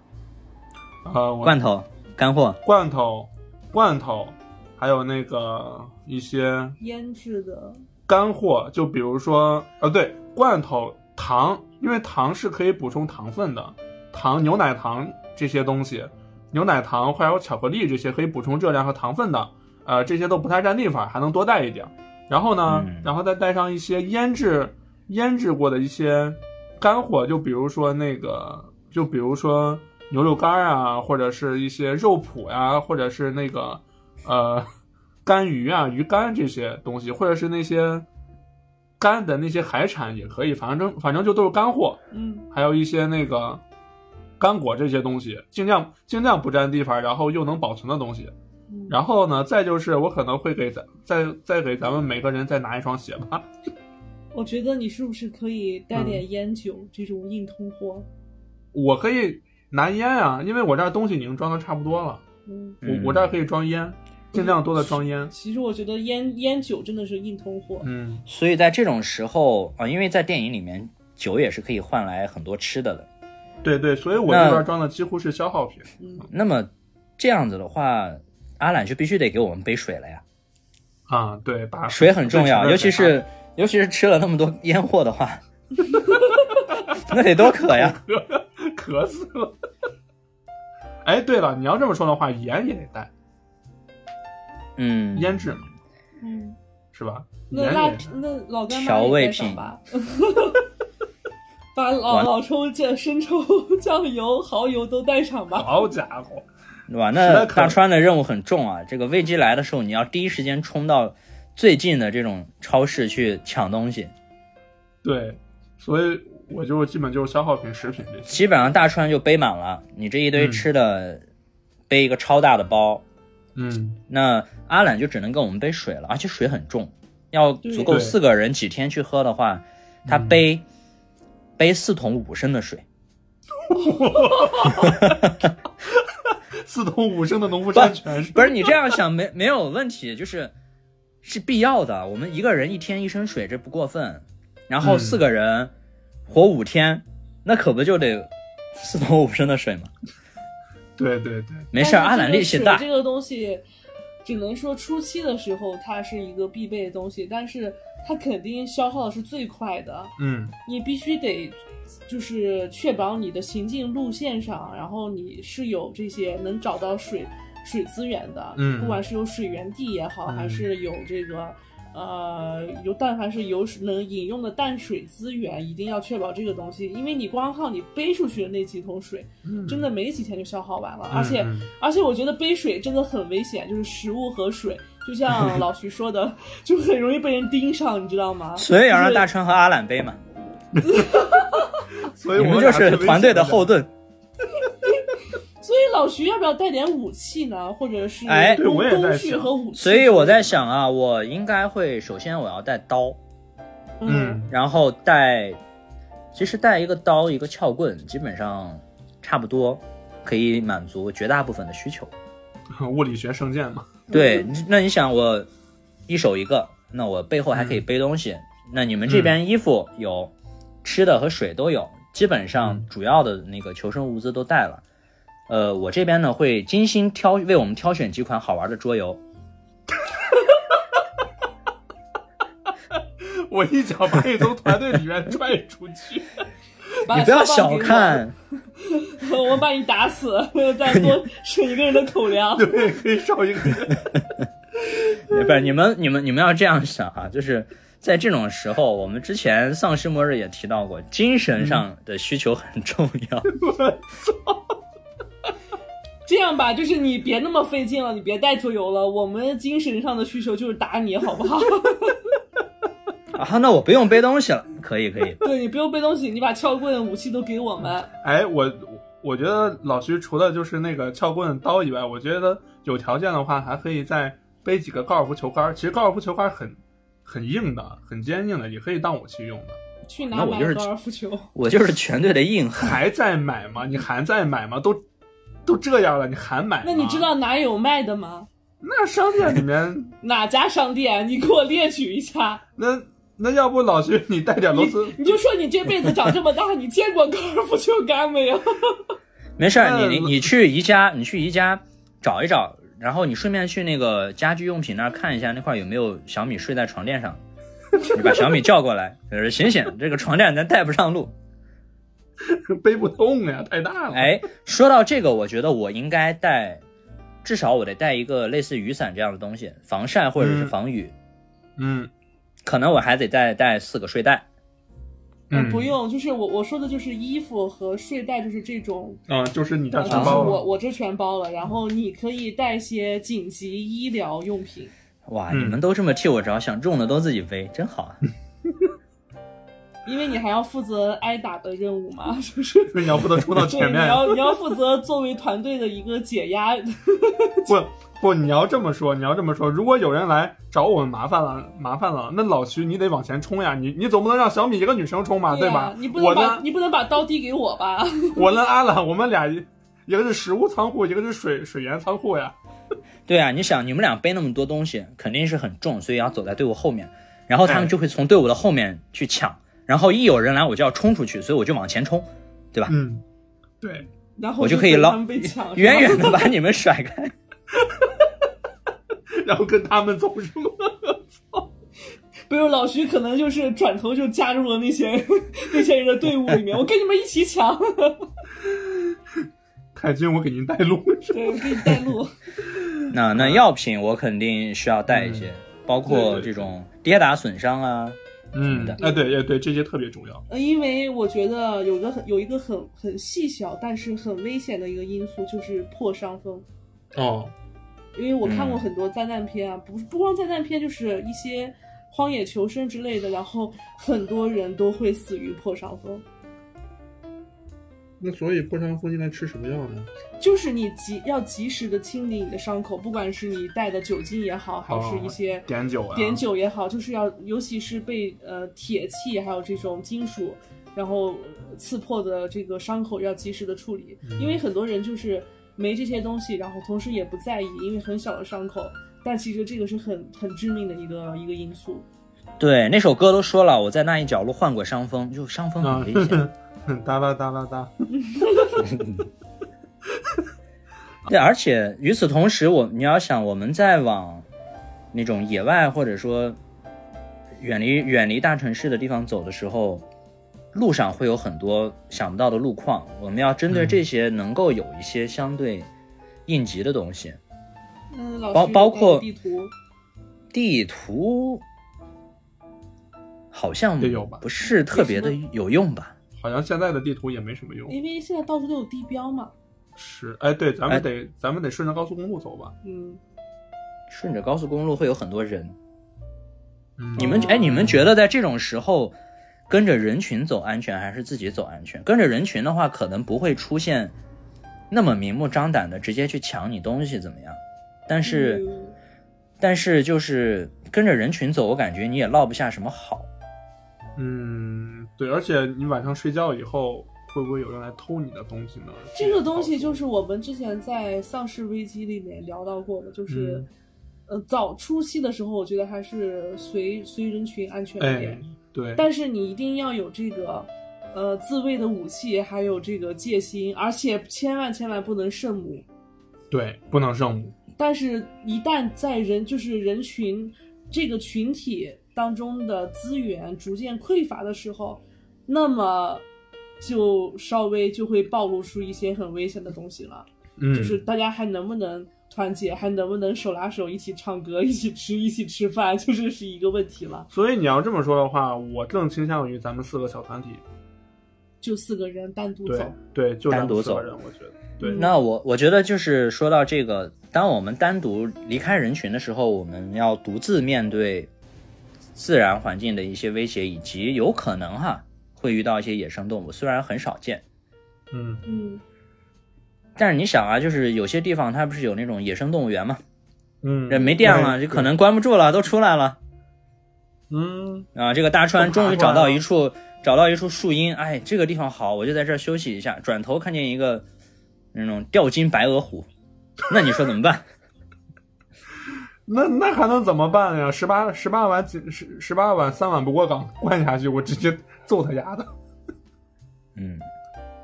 啊，我
罐头、干货。
罐头罐头，还有那个一些
腌制的，
干货，就比如说，呃，对，罐头、糖，因为糖是可以补充糖分的，糖、牛奶糖这些东西，牛奶糖还有巧克力这些可以补充热量和糖分的，呃，这些都不太占地方，还能多带一点。然后呢，
嗯
然后再带上一些腌制、腌制过的一些干货，就比如说那个，就比如说牛肉干啊，或者是一些肉脯呀、或者是那个，呃。干鱼啊、鱼干这些东西，或者是那些干的那些海产也可以，反正反正就都是干货，
嗯，
还有一些那个干果这些东西，尽量尽量不占地方，然后又能保存的东西。
嗯
然后呢，再就是我可能会给咱再再给咱们每个人再拿一双鞋吧。
我觉得你是不是可以
嗯
带点烟酒、这种硬通货？
我可以拿烟啊，因为我这儿东西已经装的差不多了，
嗯，
嗯
我我这儿可以装烟，尽量多的装烟。
其实我觉得烟烟酒真的是硬通货。
嗯
所以在这种时候啊、因为在电影里面酒也是可以换来很多吃的的。
对对，所以我这边装的几乎是消耗品。
嗯，
那么这样子的话，阿懒就必须得给我们杯水了呀，
啊，对，把
水很重要，
对
尤其
水啊
是尤其是吃了那么多烟货的话， [laughs] 那得多渴
[laughs]
呀！
咳咳死了。哎，对了，你要这么说的话，盐也得带，
嗯，
腌制嘛，
嗯，
是吧？
那
盐
辣
也得带
那老干妈
调味
也带上
品
吧， [laughs] 把老
完
老抽、酱、生抽、 [laughs] 酱油、蚝油都带上吧。
好家伙，
对吧？
实
那
在渴
大川的任务很重啊，这个危机来的时候，你要第一时间冲到最近的这种超市去抢东西。
对，所以我就基本就是消耗品、食品这些。
基本上大川就背满了，你这一堆
嗯
吃的，背一个超大的包，
嗯，
那阿懒就只能给我们背水了，而且水很重，要足够
对
四个人几天去喝的话，他背、背四桶五升的水，
四桶五升的农夫山泉水 [laughs]
不是你这样想没没有问题，就是是必要的。我们一个人一天一升水，这不过分。然后
嗯
四个人活五天，那可不就得四桶五升的水吗？
对对对，
没事儿，阿
但
懒
是这个
力气大
水，这个东西只能说初期的时候它是一个必备的东西，但是它肯定消耗的是最快的。
嗯，
你必须得就是确保你的行进路线上，然后你是有这些能找到水水资源的，
嗯
不管是有水源地也好，
嗯
还是有这个。呃，有但凡是有能饮用的淡水资源，一定要确保这个东西，因为你光靠你背出去的那几桶水，
嗯
真的没几天就消耗完了。而且
嗯
而且我觉得背水真的很危险，就是食物和水，就
[laughs]
像老徐说的，就很容易被人盯上，你知道吗？
所以要让大川和阿懒背嘛，
所
你
以
们
我们
就
俩
是
最危
团队
险的
的后盾。
所以老徐要不要带点武器呢？或者是
哎
对我也在
工具
想
和武器？
所以我在想啊，我应该会首先我要带刀，
嗯，
嗯
然后带，其实带一个刀一个撬棍，基本上差不多可以满足绝大部分的需求。
物理学圣剑嘛，
对，那你想我一手一个，那我背后还可以背东西。那你们这边衣服有，吃的和水都有，基本上主要的那个求生物资都带了。呃，我这边呢会精心挑为我们挑选几款好玩的桌游，
我一脚把你从团队里面拽出去。 [laughs]
把
你不要
消
小
防给我，
看，
[laughs] 我们把你打死， [laughs] 再多省一个人的口粮。
对，可以少一个人。
哎不是你们你们你们要这样想啊，就是在这种时候，我们之前丧尸末日也提到过，精神上的需求很重要。 [laughs]
这样吧，就是你别那么费劲了，你别带桌游了。我们精神上的需求就是打你，好不好？ [laughs]
啊，那我不用背东西了，可以可以。
对你不用背东西，你把撬棍、武器都给我们。
哎，我我觉得老徐除了就是那个撬棍刀以外，我觉得有条件的话还可以再背几个高尔夫球杆儿。其实高尔夫球杆儿很很硬的，很坚硬的，也可以当武器用的。
去
那
哪
我
买
就是
高尔夫
啊
球？
我就是全队的硬汉。
还在买吗？你还在买吗？都都这样了，你还买吗？
那你知道哪有卖的吗？
那商店里面
哪家商店？啊你给我列举一下。
那那要不老徐你带点螺丝？
你就说你这辈子长这么大，你见过高尔夫球杆没有？
没事儿，
那
你你你去宜家，你去宜家找一找，然后你顺便去那个家居用品那儿看一下，那块儿有没有小米睡在床垫上。你把小米叫过来，就是醒醒，这个床垫咱带不上路。
背不动呀，太大了。，
哎，说到这个，我觉得我应该带，至少我得带一个类似雨伞这样的东西，防晒或者是
嗯
防雨。
嗯
可能我还得再带四个睡袋。
嗯，
呃不用，就是我我说的就是衣服和睡袋，就是这种
啊，就是你这
啊，
全
就是
包
我
了。
我这全包了，然后你可以带些紧急医疗用品。
哇，
嗯
你们都这么替我着想，重的都自己背，真好啊！
因为你还要负责挨打的任务嘛， [laughs] 就是
就是你要不能冲到
对，
前
你
面呀， [laughs]
要你要负责作为团队的一个解压， [laughs]
不不，你要这么说，你要这么说，如果有人来找我们麻烦了，麻烦了，那老徐你得往前冲呀，你你总不能让小米一个女生冲吧，
对呀
啊吧？
你不
我
能把
呢，
你不能把刀递给我吧？ [laughs]
我呢，阿懒，我们俩一一个是食物仓库，一个是水水源仓库呀。
对啊，你想，你们俩背那么多东西，肯定是很重，所以要走在队伍后面，然后他
哎
们就会从队伍的后面去抢，然后一有人来，我就要冲出去，所以我就往前冲，对吧？
嗯，对，
然后
我就
就
可以
等
捞
他们被
[laughs]
哦
抢，
远远的把你们甩
[laughs]
开。
然后跟他们走是吗？
不是老徐可能就是转头就加入了那些 [laughs] 那些人的队伍里面，我跟你们一起抢， [laughs]
太君，我给您带路。
对，我给你带路。
那
嗯
那药品我肯定需要带一些，包括
对对嗯对
这种跌打损伤啊，
嗯
是的
哎，对，也对，这些特别重要。
呃因为我觉得有个很有一个很很细小但是很危险的一个因素就是破伤风。
哦，
因为我看过
嗯
很多灾难片啊，不不光灾难片，就是一些荒野求生之类的，然后很多人都会死于破伤风，
那所以破伤风应该吃什么药呢？
就是你及要及时的清理你的伤口，不管是你带的酒精也好，还是一些
碘酒啊，
碘。酒也好，就是要尤其是被呃铁器还有这种金属。然后呃刺破的这个伤口要及时的处理，因为很多人就是没这些东西，然后同时也不在意，因为很小的伤口，但其实这个是很很致命的一个一个因素。
对，那首歌都说了，我在那一角落患过伤风，就伤风
啊
很危险。，
[laughs] 哒啦哒啦哒。
对，而且与此同时，我你要想，我们在往那种野外或者说远离远离大城市的地方走的时候，路上会有很多想不到的路况，我们要针
嗯
对这些能够有一些相对应急的东西。
嗯，老
包
师
包
有
括
地图，
地图好像
得有吧
不是特别的
没
有用吧？
好像现在的地图也没什么用。
因为现在到处都有地标嘛。
是，哎，对，咱
哎
们得咱们得顺着高速公路走吧。
嗯，
顺着高速公路会有很多人。
嗯
你们哎，你们觉得在这种时候跟着人群走安全还是自己走安全？跟着人群的话，可能不会出现那么明目张胆的直接去抢你东西怎么样？但是、但是就是跟着人群走，我感觉你也落不下什么好。
嗯，对，而且你晚上睡觉以后，会不会有人来偷你的东西呢？
这个东西就是我们之前在《丧尸危机》里面聊到过的，就是，
嗯
呃，早初期的时候，我觉得还是随随人群安全一点，
哎，对，
但是你一定要有这个，呃，自卫的武器，还有这个戒心，而且千万千万不能圣母。
对，不能圣母。
但是，一旦在人就是人群这个群体当中的资源逐渐匮乏的时候，那么就稍微就会暴露出一些很危险的东西了。
嗯，
就是大家还能不能团结，还能不能手拉手一起唱歌、一起吃、一起吃饭， [laughs] 就是是一个问题了。
所以你要这么说的话，我更倾向于咱们四个小团体，
就四个人单独
对
走，
对，就咱们
单独
四个
走
人，我觉得对。
嗯
那我我觉得就是说到这个，当我们单独离开人群的时候，我们要独自面对自然环境的一些威胁，以及有可能哈会遇到一些野生动物，虽然很少见。
嗯
嗯，
但是你想啊，就是有些地方它不是有那种野生动物园嘛，
嗯，
人没电了，
对
就可能关不住了，都出来了
嗯
啊。这个大川
都爬
终于找
过来
到
了
一处，找到一处树荫，哎，这个地方好，我就在这儿休息一下。转头看见一个那种吊睛白额虎， [laughs] 那你说怎么办？
[laughs] 那那还能怎么办呀？十八十八碗几十十八碗三碗不过岗，灌下去我直接揍他丫的！
嗯，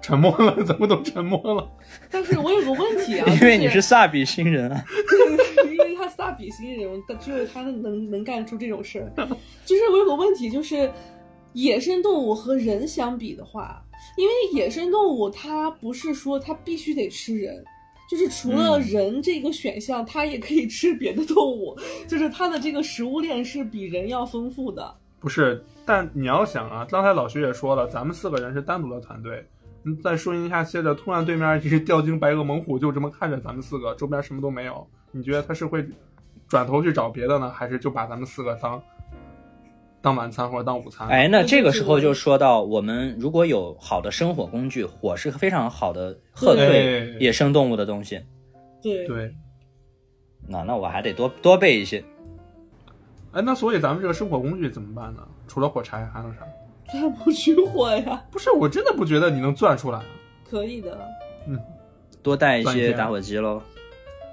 沉默了， [laughs] 怎么都沉默了？
但是我有个问题啊，
[laughs] 嗯因为你
就是
萨比星人啊。
因为他撒比星人，但只有他能能干出这
[laughs]
种事儿。就是我有个问题，就是野生动物和人相比的话，因为野生动物它不是说它必须得吃人。就是除了
嗯
人这个选项，它也可以吃别的动物，
嗯
就是它的这个食物链是比人要丰富的。
不是，但你要想啊，刚才老徐也说了，咱们四个人是单独的团队。嗯在树荫下歇着，突然对面一只吊睛白额猛虎就这么看着咱们四个，周边什么都没有。你觉得他是会转头去找别的呢，还是就把咱们四个当当晚餐或者当午餐？，
哎，那
对
这个
对
时候
对
就说到，我们如果有好的生火工具，火是非常好的喝
对
退野生动物的东西。
对，
对，
那那我还得多多备一些。
哎，那所以咱们这个生火工具怎么办呢？除了火柴还能啥？
钻木取火呀，
不是，我真的不觉得你能钻出来啊。
可以的。
多带一
算一
些
下
打火机喽。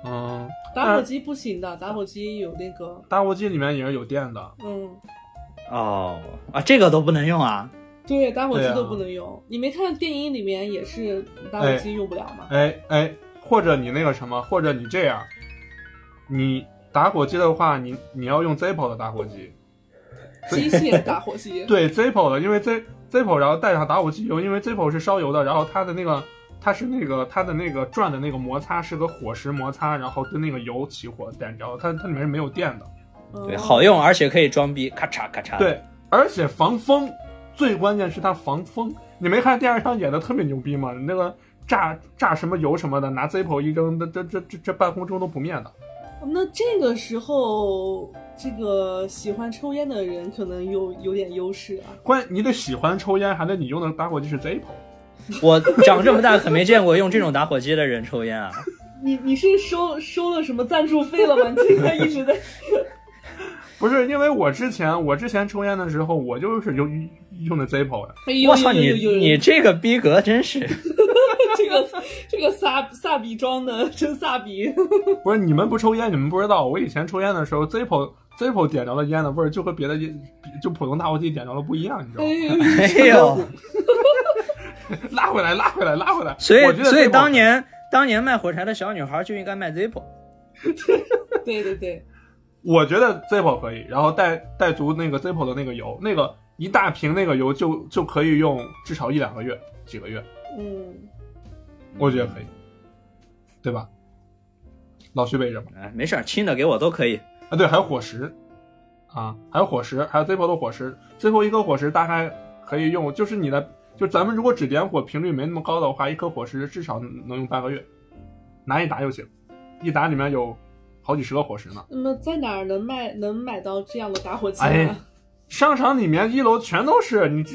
嗯，
打火机不行
啊
的，打火机有那个，
打火机里面也是有电的。
嗯，
哦啊，这个都不能用啊！
对，打火机
对啊
都不能用。你没看电影里面也是打火机用不了吗？
哎哎，或者你那个什么，或者你这样，你打火机的话，你你要用 Zippo 的打火机， [laughs]
机械打火机。
哎对 Zippo 的，因为 Z Zippo 然后带上打火机油，因为 Zippo 是烧油的，然后它的那个它是那个它的那个转的那个摩擦是和火石摩擦，然后跟那个油起火点着，它它里面是没有电的，
嗯
对，好用，而且可以装逼，咔嚓咔嚓。
对，而且防风，最关键是它防风，你没看电视上演的特别牛逼吗？那个炸炸什么油什么的，拿 Zippo 一扔，那这这这这半空中都不灭的。
那这个时候，这个喜欢抽烟的人可能有有点优势啊。
关键你得喜欢抽烟，还得你用的打火机是 Zippo。
我长这么大可没见过用这种打火机的人抽烟 [laughs] 啊。
你你是收收了什么赞助费了吗？你这个一直
[laughs]
在
不是因为我之前我之前抽烟的时候，我就是用用的 Zippo 呀。
哎呦
我操
呦
你
呦呦呦
你这个逼格真是，
这个这个萨萨比装的真萨比， [laughs]
不是你们不抽烟，你们不知道，我以前抽烟的时候，Zippo Zippo 点着的烟的味儿就和别的烟就普通打火机点着的不一样，你知道
哎
吗？ [laughs]
呦，
哎呦！
拉回来，拉回来，拉回来。
[laughs] 所
我觉
以
得
所以
Zippo-
当年当年卖火柴的小女孩就应该卖 Zippo。
对对对，
我觉得 Zippo 可以，然后带带足那个 Zippo 的那个油，那个一大瓶那个油就就可以用至少一两个月、几个月，
嗯，
我觉得可以，
嗯
对吧？老徐为什么？
哎，没事儿，亲的给我都可以。
啊，对，还有火石，啊，还有火石，还有 Zippo 的火石，Zippo 一颗火石大概可以用，就是你的，就咱们如果只点火频率没那么高的话，一颗火石至少能用半个月，拿一打就行，一打里面有好几十个伙食呢。
那么在哪儿能卖能买到这样的打火机啊呢？
哎，商场里面一楼全都是，你这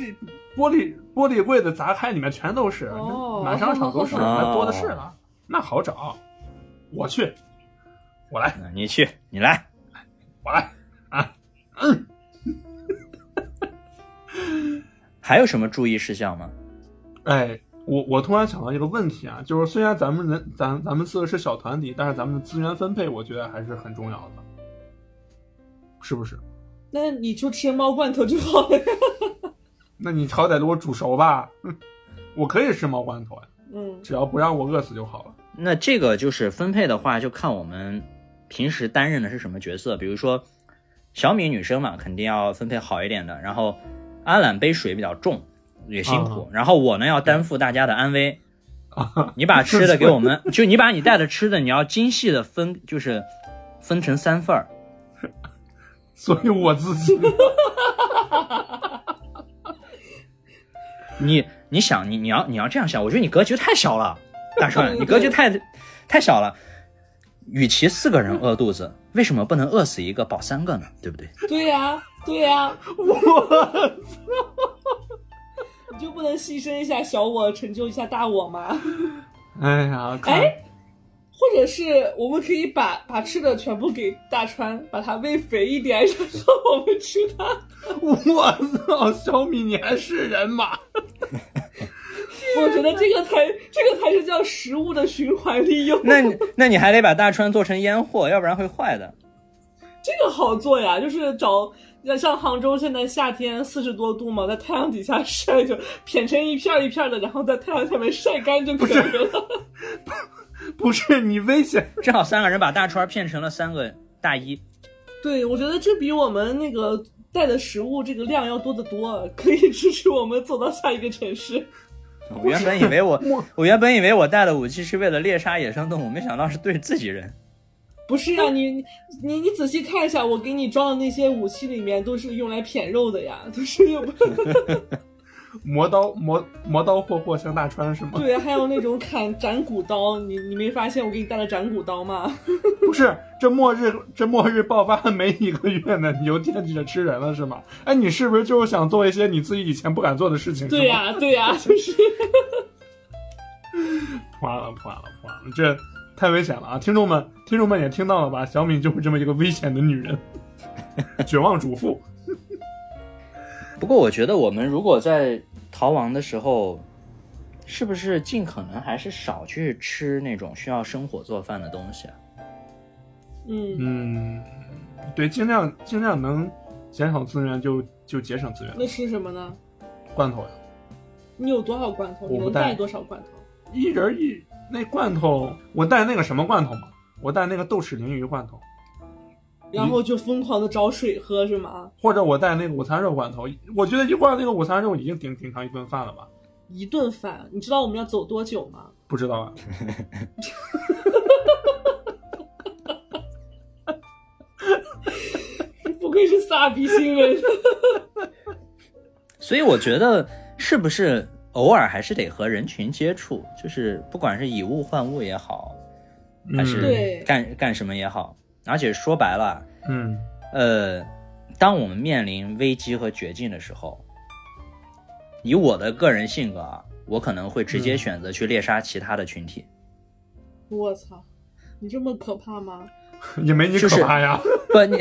玻璃玻璃柜子砸开，里面全都是，
哦
满商场都是，
哦
那多的是了，那好找。我去，我来，
那啊你去，你来，
我来。
还有什么注意事项吗？
哎，我我突然想到一个问题啊，就是虽然咱们人咱咱们四个是小团体，但是咱们的资源分配，我觉得还是很重要的，是不是？
那你就吃猫罐头就好了。
那你好歹给我煮熟吧，哼我可以吃猫罐头呀，啊
嗯，
只要不让我饿死就好了。
那这个就是分配的话，就看我们平时担任的是什么角色。比如说，小米女生嘛，肯定要分配好一点的。然后，阿懒背水比较重，也辛苦。然后我呢，要担负大家的安危。你把吃的给我们，就你把你带的吃的，你要精细的分，就是分成三份儿。
所以我自己
你你想，你你要你要这样想，我觉得你格局太小了，大川，你格局太太小了。与其四个人饿肚子，为什么不能饿死一个饱三个呢？对不对？
对呀、对呀、你就不能牺牲一下小我，成就一下大我吗？
哎呀，看
哎，或者是我们可以把把吃的全部给大川，把它喂肥一点，然后我们吃它。
我操，小米你还是人吗？
我觉得这个才这个才是叫食物的循环利 [laughs] 用。
那你那你还得把大川做成烟货， [laughs] 要不然会坏的。
这个好做呀，就是找像杭州现在夏天四十多度嘛，在太阳底下晒就片成一片儿一片儿的，然后在太阳下面晒干就可以了。
不是你危险，
正好三个人把大川骗成了三个大衣，
对，我觉得这比我们那个带的食物这个量要多得多，可以支持我们走到下一个城市。
我原本以为我
我
我原本以为我带的武器是为了猎杀野生动物，没想到是对自己人。
不是呀、你你你仔细看一下，我给你装的那些武器里面都是用来舔肉的呀，都是 [laughs] 用
磨刀磨磨刀霍霍向大川是吗？
对，还有那种砍斩骨刀，你你没发现我给你带了斩骨刀吗？ [laughs]
不是，这末日这末日爆发没一个月呢，你又惦记着吃人了是吗？哎，你是不是就是想做一些你自己以前不敢做的事情？
对呀、对呀、就是。
是吗，完了完了完了，这太危险了啊！听众们，听众们也听到了吧？小米就是这么一个危险的女人， [laughs] 绝望主妇。
不过我觉得我们如果在逃亡的时候，是不是尽可能还是少去吃那种需要生火做饭的东西啊？
嗯，
嗯，对，尽量尽量能减少资源就就节省资源，
那吃什么呢？
罐头呀。
你有多少罐头？
我
你
不
能
带
带多少罐头？
一人一那罐头，我带那个什么罐头嘛？我带那个豆豉鲮鱼罐头，
然后就疯狂的找水喝是吗？
或者我带那个午餐肉罐头。我觉得一罐那个午餐肉已经顶顶上一顿饭了吧？
一顿饭，你知道我们要走多久吗？
不知道啊。
[laughs] 不愧是萨比星人。
所以我觉得是不是偶尔还是得和人群接触，就是不管是以物换物也好，还
嗯
是
对
干、干什么也好，而且说白了。
嗯，
呃，当我们面临危机和绝境的时候，以我的个人性格啊，我可能会直接
嗯
选择去猎杀其他的群体。
我操，你这么可怕吗？
也没你可怕呀。 [laughs]
不，你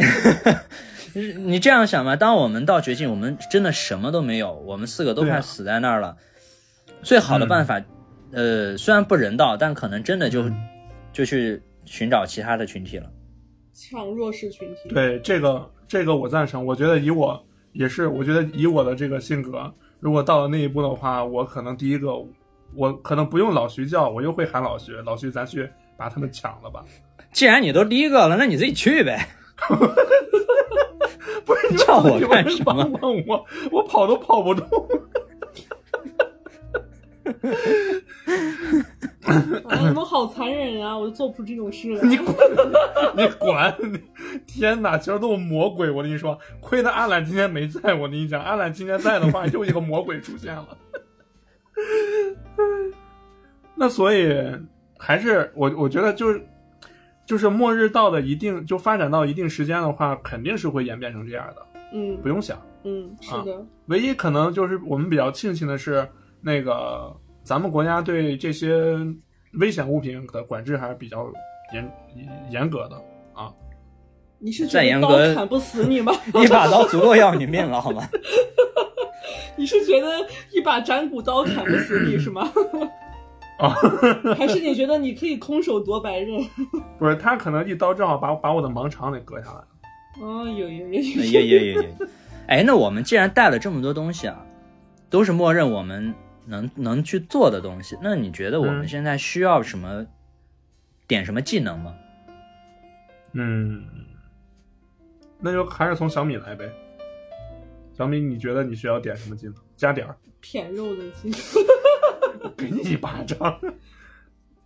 [laughs] 你你这样想吧，当我们到绝境，我们真的什么都没有，我们四个都
对
快
啊
死在那儿了。最好的
嗯
办法，呃，虽然不人道，但可能真的就、
嗯
就去寻找其他的群体了。
抢弱势群体。
对这个这个我赞成，我觉得以我也是，我觉得以我的这个性格，如果到了那一步的话，我可能第一个，我可能不用老徐叫，我又会喊老徐，老徐咱去把他们抢了吧。 [laughs]
既然你都第一个了，那你自己去呗。
不是你们
叫我
你们
干什么
帮帮我，我跑都跑不动。
啊，你们好残忍啊！我就做不出这种事来。
你滚！ [laughs] 你滚！天哪，其实都是魔鬼！我跟你说，亏得阿兰今天没在。我跟你讲，阿兰今天在的话，又一个魔鬼出现了。 [laughs] 那所以还是我，我觉得就是，就是末日到了一定就发展到一定时间的话，肯定是会演变成这样的，
嗯
不用想。
嗯，是
啊
的，
唯一可能就是我们比较庆幸的是，那个咱们国家对这些危险物品的管制还是比较严严格的。
你是觉
再
得
严
刀
格
砍不死
[laughs]
你吗？ [laughs]
一把刀足够要你命了，好吗？
你是觉得一把斩骨刀砍不死你是吗？
啊，
[laughs] 还是你觉得你可以空手夺白刃？
不是，他可能一刀正好把把我的盲肠给割下来了。
哦，有有有有，
也也也也。哎，那我们既然带了这么多东西啊，都是默认我们能能去做的东西，那你觉得我们
嗯
现在需要什么、点什么技能吗？
嗯，那就还是从小米来呗。小米，你觉得你需要点什么技能？加点儿，
舔肉的 [laughs] 技能。
给你一巴掌。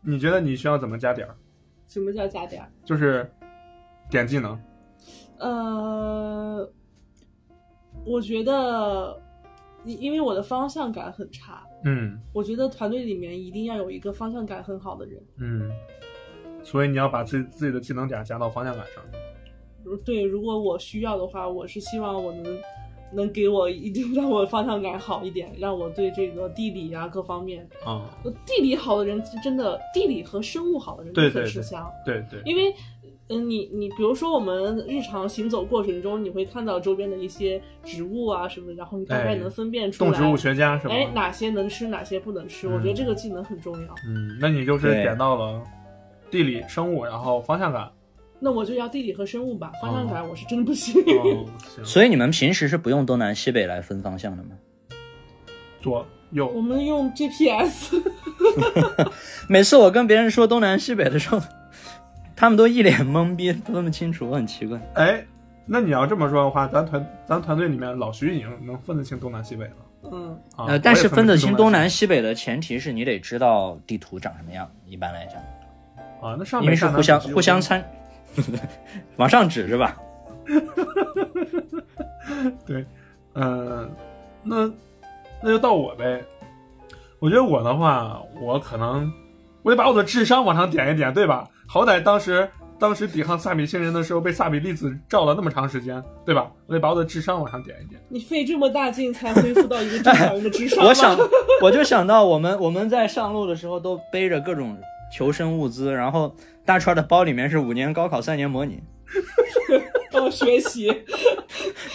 你觉得你需要怎么加点儿？
什么叫加点儿？
就是点技能。
呃，我觉得，因因为我的方向感很差，
嗯
我觉得团队里面一定要有一个方向感很好的人。
嗯，所以你要把自己自己的技能点加到方向感上。
如对，如果我需要的话，我是希望我能能给我一定 [laughs] 让我方向感好一点，让我对这个地理啊各方面，呃
啊、
地理好的人真的地理和生物好的人都
对
很
对
吃
对
香。
对对，
因为，嗯、你你比如说我们日常行走过程中，你会看到周边的一些植物啊什么的，然后你大概
哎
能分辨出来，
动植物学家是吧？
哎哪些能吃，哪些不能吃。我觉得
嗯
这个技能很重要。
嗯，那你就是
对
点到了地理、生物，然后方向感。
那我就要地理和生物吧，方向感我是真不行。
哦，行，
所以你们平时是不用东南西北来分方向的吗？
左
我
右，
们用 GPS，
每次我跟别人说东南西北的时候， [laughs] 他们都一脸懵逼，不那么清楚，我很奇怪。
哎。那你要这么说的话，咱团咱团队里面老徐已经能分得清东南西北了
嗯，
啊。
呃，但
我也
是分得清东
南
南西北的前提是你得知道地图长什么样，一般来讲，
啊，那上
因
面
为是互相互相参， [laughs] 往上指是吧？
嗯，那那就到我呗。我觉得我的话，我可能我得把我的智商往上点一点，对吧？好歹当时当时抵抗萨比星人的时候，被萨比粒子照了那么长时间，对吧？我得把我的智商往上点一点。
你费这么大劲才恢复到一个正常人的智商吗 [laughs]
我想，我就想到我们我们在上路的时候都背着各种求生物资，然后大川的包里面是五年高考三年模拟，
帮我学 [laughs] 习，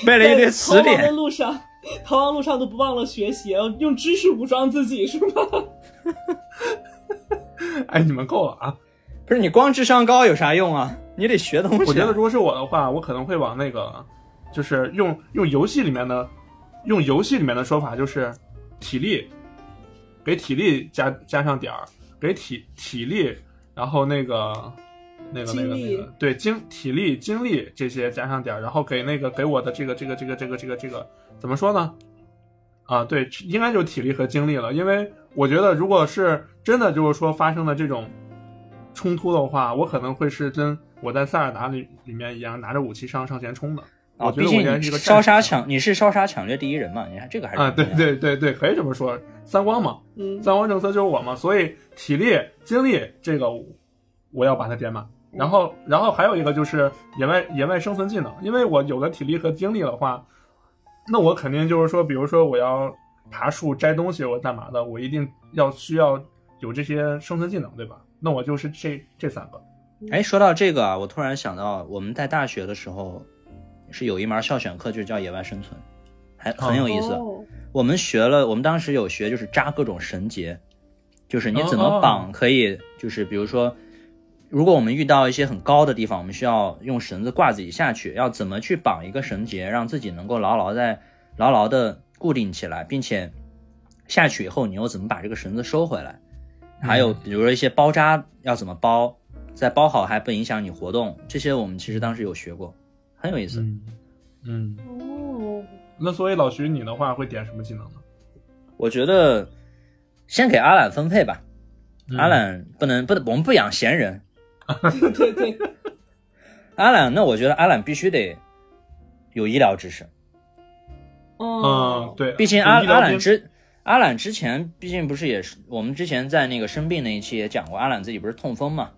背了一堆
在
词
逃亡的
典，
路上，逃亡路上都不忘了学习，用知识武装自己是吗？
哎，你们够了啊！
不是你光智商高有啥用啊？你得学 [laughs] 东西啊、
我觉得如果是我的话，我可能会往那个，就是用用游戏里面的，用游戏里面的说法就是体力，给体力加加上点儿，给体体力，然后那个那个那个
精
那
力
个对精体力精力这些加上点儿，然后给那个给我的这个这个这个这个这个这个怎么说呢？啊，对，应该就是体力和精力了，因为我觉得如果是真的就是说发生了这种冲突的话，我可能会是跟我在塞尔达里里面一样，拿着武器上上前冲的。
啊，
我觉
毕
得我应
竟
该
你
是一个
烧
战士
杀抢，你是烧杀抢掠第一人嘛，你看这个还是
啊，
很重
对
要的
对对对，可以这么说，三光嘛，
嗯，
三光政策就是我嘛，所以体力、精力这个我我要把它点满。然后，然后还有一个就是野外野外生存技能，因为我有了体力和精力的话，那我肯定就是说，比如说我要爬树、摘东西，我干嘛的，我一定要需要有这些生存技能，对吧？那我就是这这三个。
哎，说到这个啊，我突然想到，我们在大学的时候是有一门校选课，就叫野外生存，还很有意思。啊
哦
我们学了，我们当时有学就是扎各种绳结，就是你怎
哦
么绑可以，就是比如说，如果我们遇到一些很高的地方，我们需要用绳子挂自己下去，要怎么去绑一个绳结，让自己能够牢牢在牢牢的固定起来，并且下去以后你又怎么把这个绳子收回来？
嗯
还有比如说一些包扎要怎么包，在包好还不影响你活动，这些我们其实当时有学过，很有意思。
嗯嗯，
哦， [laughs]
那所以老徐你的话会点什么技能呢？
我觉得先给阿懒分配吧。嗯阿
懒，
懒不能不，我们不养闲人。
对对，
阿懒，那我觉得阿懒必须得有医疗知识，
嗯
哦，，
对，
毕竟
啊有
阿
医疗
阿懒
兵
之阿懒之前，毕竟不是也是我们之前在那个生病那一期也讲过，阿懒自己不是痛风嘛，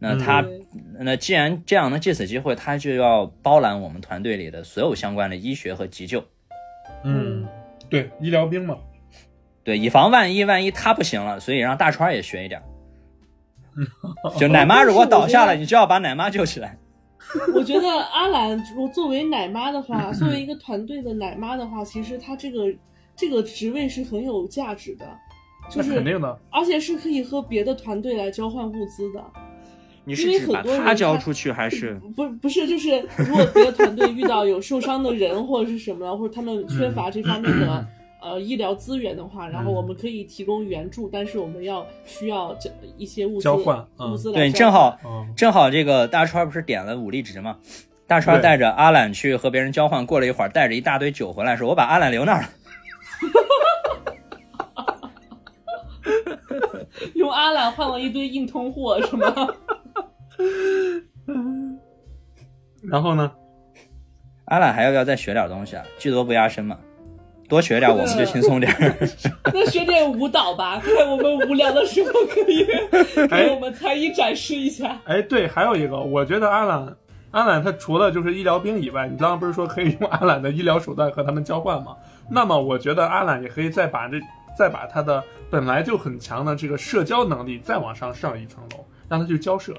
那他
对
那既然这样，呢，借此机会他就要包揽我们团队里的所有相关的医学和急救，
嗯，对，医疗兵嘛，
对，以防万一，万一他不行了，所以让大川也学一点儿。就奶妈如果倒下
[laughs]
了，你就要把奶妈救起来。
我觉得阿兰，如作为奶妈的话， [laughs] 作为一个团队的奶妈的话，其实她这个这个职位是很有价值的，就
那
是
肯定的。
而且是可以和别的团队来交换物资的。
你
是指把他交出
去，还是
不不是，就是如果别的团队遇到有受伤的人或者是什么，或者他们缺
嗯
乏这方面的呃医疗资源的话，然后我们可以提供援助，但是我们要需要这一些物资
交换嗯
物资来
对你
交
正好
嗯，
正好这个大川不是点了武力值吗？大川带着阿懒去和别人交换，过了一会儿带着一大堆酒回来，说：“我把阿懒留那儿了。 [laughs]
用阿懒换了一堆硬通货，是吗？
然后呢？”
阿懒还要要再学点东西啊，技多不压身嘛，多学点我们就轻松点儿。
那学点舞蹈吧，在我们无聊的时候可以给我们才艺展示一下。 [laughs]
哎，对，还有一个，我觉得阿兰，阿兰他除了就是医疗兵以外，你刚刚不是说可以用阿兰的医疗手段和他们交换吗？那么我觉得阿兰也可以再把这再把他的本来就很强的这个社交能力再往上上一层楼，让他去交涉，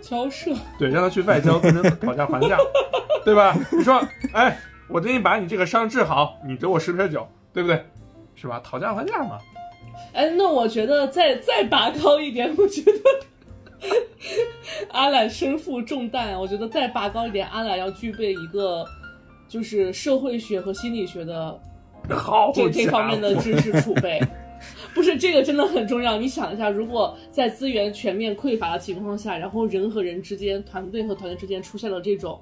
交涉，
对，让他去外交，跟人讨价还价， [laughs] 对吧？你说，哎，我给你把你这个伤治好，你给我十瓶酒，对不对？是吧？讨价还价嘛。
哎，那我觉得再再拔高一点，我觉得 [laughs] 阿懒身负重担，我觉得再拔高一点，阿懒要具备一个就是社会学和心理学的
好
这
家
这方面的
伙
知识储备。不是这个真的很重要。你想一下，如果在资源全面匮乏的情况下，然后人和人之间、团队和团队之间出现了这种，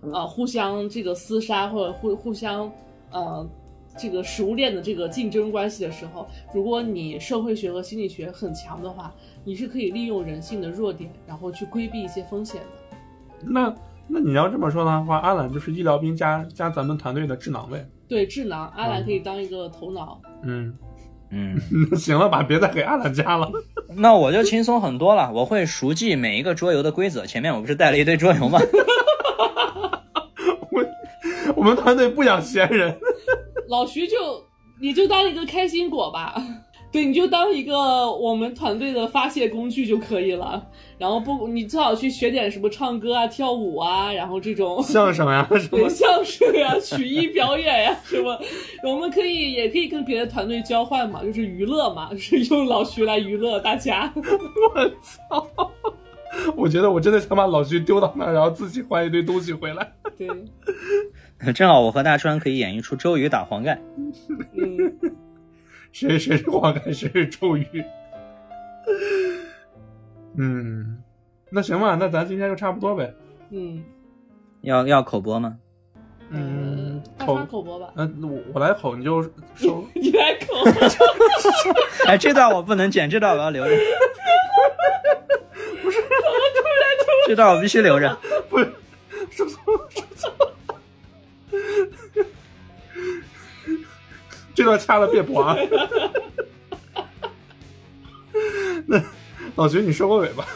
呃，互相这个厮杀或者互互相呃这个食物链的这个竞争关系的时候，如果你社会学和心理学很强的话，你是可以利用人性的弱点，然后去规避一些风险的。
那那你要这么说的话，阿兰就是医疗兵加加咱们团队的智囊位。
对，智囊阿兰可以当一个头脑，
嗯，
[laughs]
[laughs]
嗯，
行了吧，别再给阿兰加了。
那我就轻松很多了，我会熟记每一个桌游的规则。前面我不是带了一堆桌游吗？ [laughs]
我们团队不养闲人。
老徐就你就当一个开心果吧， [laughs] 对，你就当一个我们团队的发泄工具就可以了。然后不，你最好去学点什么唱歌啊、跳舞啊，然后这种
相声呀什
对 [laughs]
么，
相声呀、曲艺表演呀、 [laughs] 什么，我们可以也可以跟别的团队交换嘛，就是娱乐嘛， [laughs] 就是用老徐来娱乐大
[laughs]
家。
我觉得我真的想把老徐丢到那儿，然后自己换一堆东西回来。
对，
正好我和大川可以演绎出周瑜打黄盖。
嗯，
谁谁是黄盖，谁是周瑜。嗯，那行吧，那咱今天就差不多呗。
嗯，
要要口播吗？ [laughs]
嗯，
呃大
口
川，口播吧， [laughs]
嗯、我我来口，你就收。
你来口播。
哎，这段我不能剪，这段我要留着。不是，这段我必须留着。
不是，说错了，说错了。这段掐了别播啊。 [laughs] 那老徐，你收个尾吧。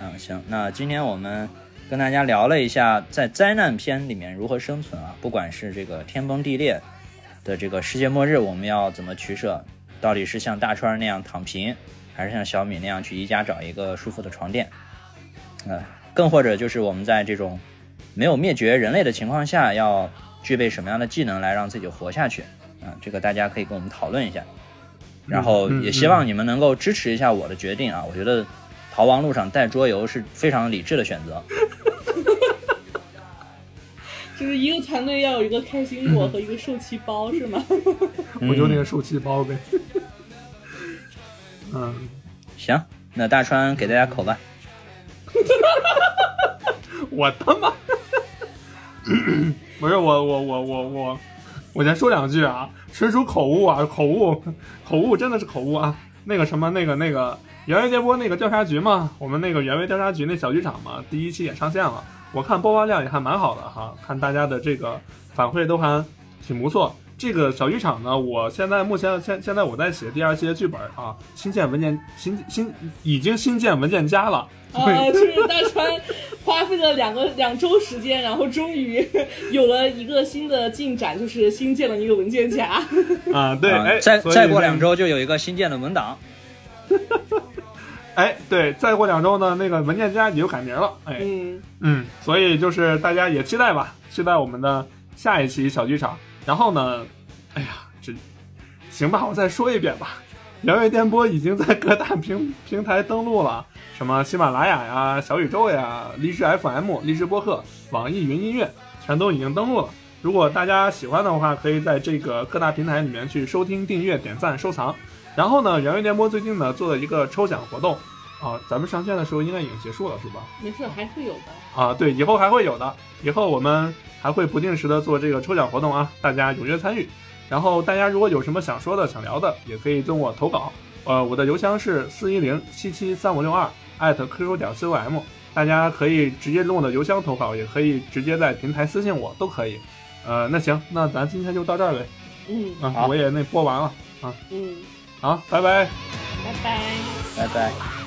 嗯，行，那今天我们跟大家聊了一下在灾难片里面如何生存啊，不管是这个天崩地裂的这个世界末日，我们要怎么取舍？到底是像大川那样躺平，还是像小米那样去宜家找一个舒服的床垫？呃，更或者就是我们在这种没有灭绝人类的情况下，要具备什么样的技能来让自己活下去？啊、这个大家可以跟我们讨论一下。然后
嗯嗯
也希望你们能够支持一下我的决定啊！我觉得逃亡路上带桌游是非常理智的选择。
[laughs] 就是一个团队要有一个开心果和一个受气包，是吗？
嗯
我就那个受气包呗。 [laughs] 嗯，
行，那大川给大家口吧。
我他妈，不是我我我我我，我先说两句啊，纯属口误啊，口误，口误真的是口误啊。那个什么，那个那个原味电波那个调查局嘛，我们那个原味调查局那小剧场嘛，第一期也上线了，我看播放量也还蛮好的哈，看大家的这个反馈都还挺不错。这个小剧场呢，我现在目前现现在我在写第二期的剧本啊，新建文件新新已经新建文件夹了，
[laughs] 啊，就是大川花费了两个两周时间，然后终于有了一个新的进展，就是新建了一个文件夹。
啊，对，
啊
哎，
再
所以
再过
那
两周就有一个新建的文档，
哎，对，再过两周呢，那个文件夹也就改名了，哎，
嗯，
嗯，所以就是大家也期待吧，期待我们的下一期小剧场。然后呢，哎呀，这行吧，我再说一遍吧。聊乐电波已经在各大平 [laughs] 平台登录了，什么喜马拉雅呀、小宇宙呀、荔枝 FM、荔枝播客、网易云音乐，全都已经登录了。如果大家喜欢的话，可以在这个各大平台里面去收听、订阅、点赞、收藏。然后呢，聊乐电波最近呢做了一个抽奖活动啊，咱们上线的时候应该已经结束了，是吧？
没事，还会有的。
啊，对，以后还会有的，以后我们还会不定时的做这个抽奖活动啊，大家踊跃参与。然后大家如果有什么想说的、想聊的，也可以跟我投稿。呃，我的邮箱是四一零七七三五六二艾特 qq 点 com，大家可以直接用我的邮箱投稿，也可以直接在平台私信我，都可以。呃，那行，那咱今天就到这儿呗。
嗯
啊，
好
我也那播完了。
嗯，
好，拜拜。
拜拜。
拜拜。
I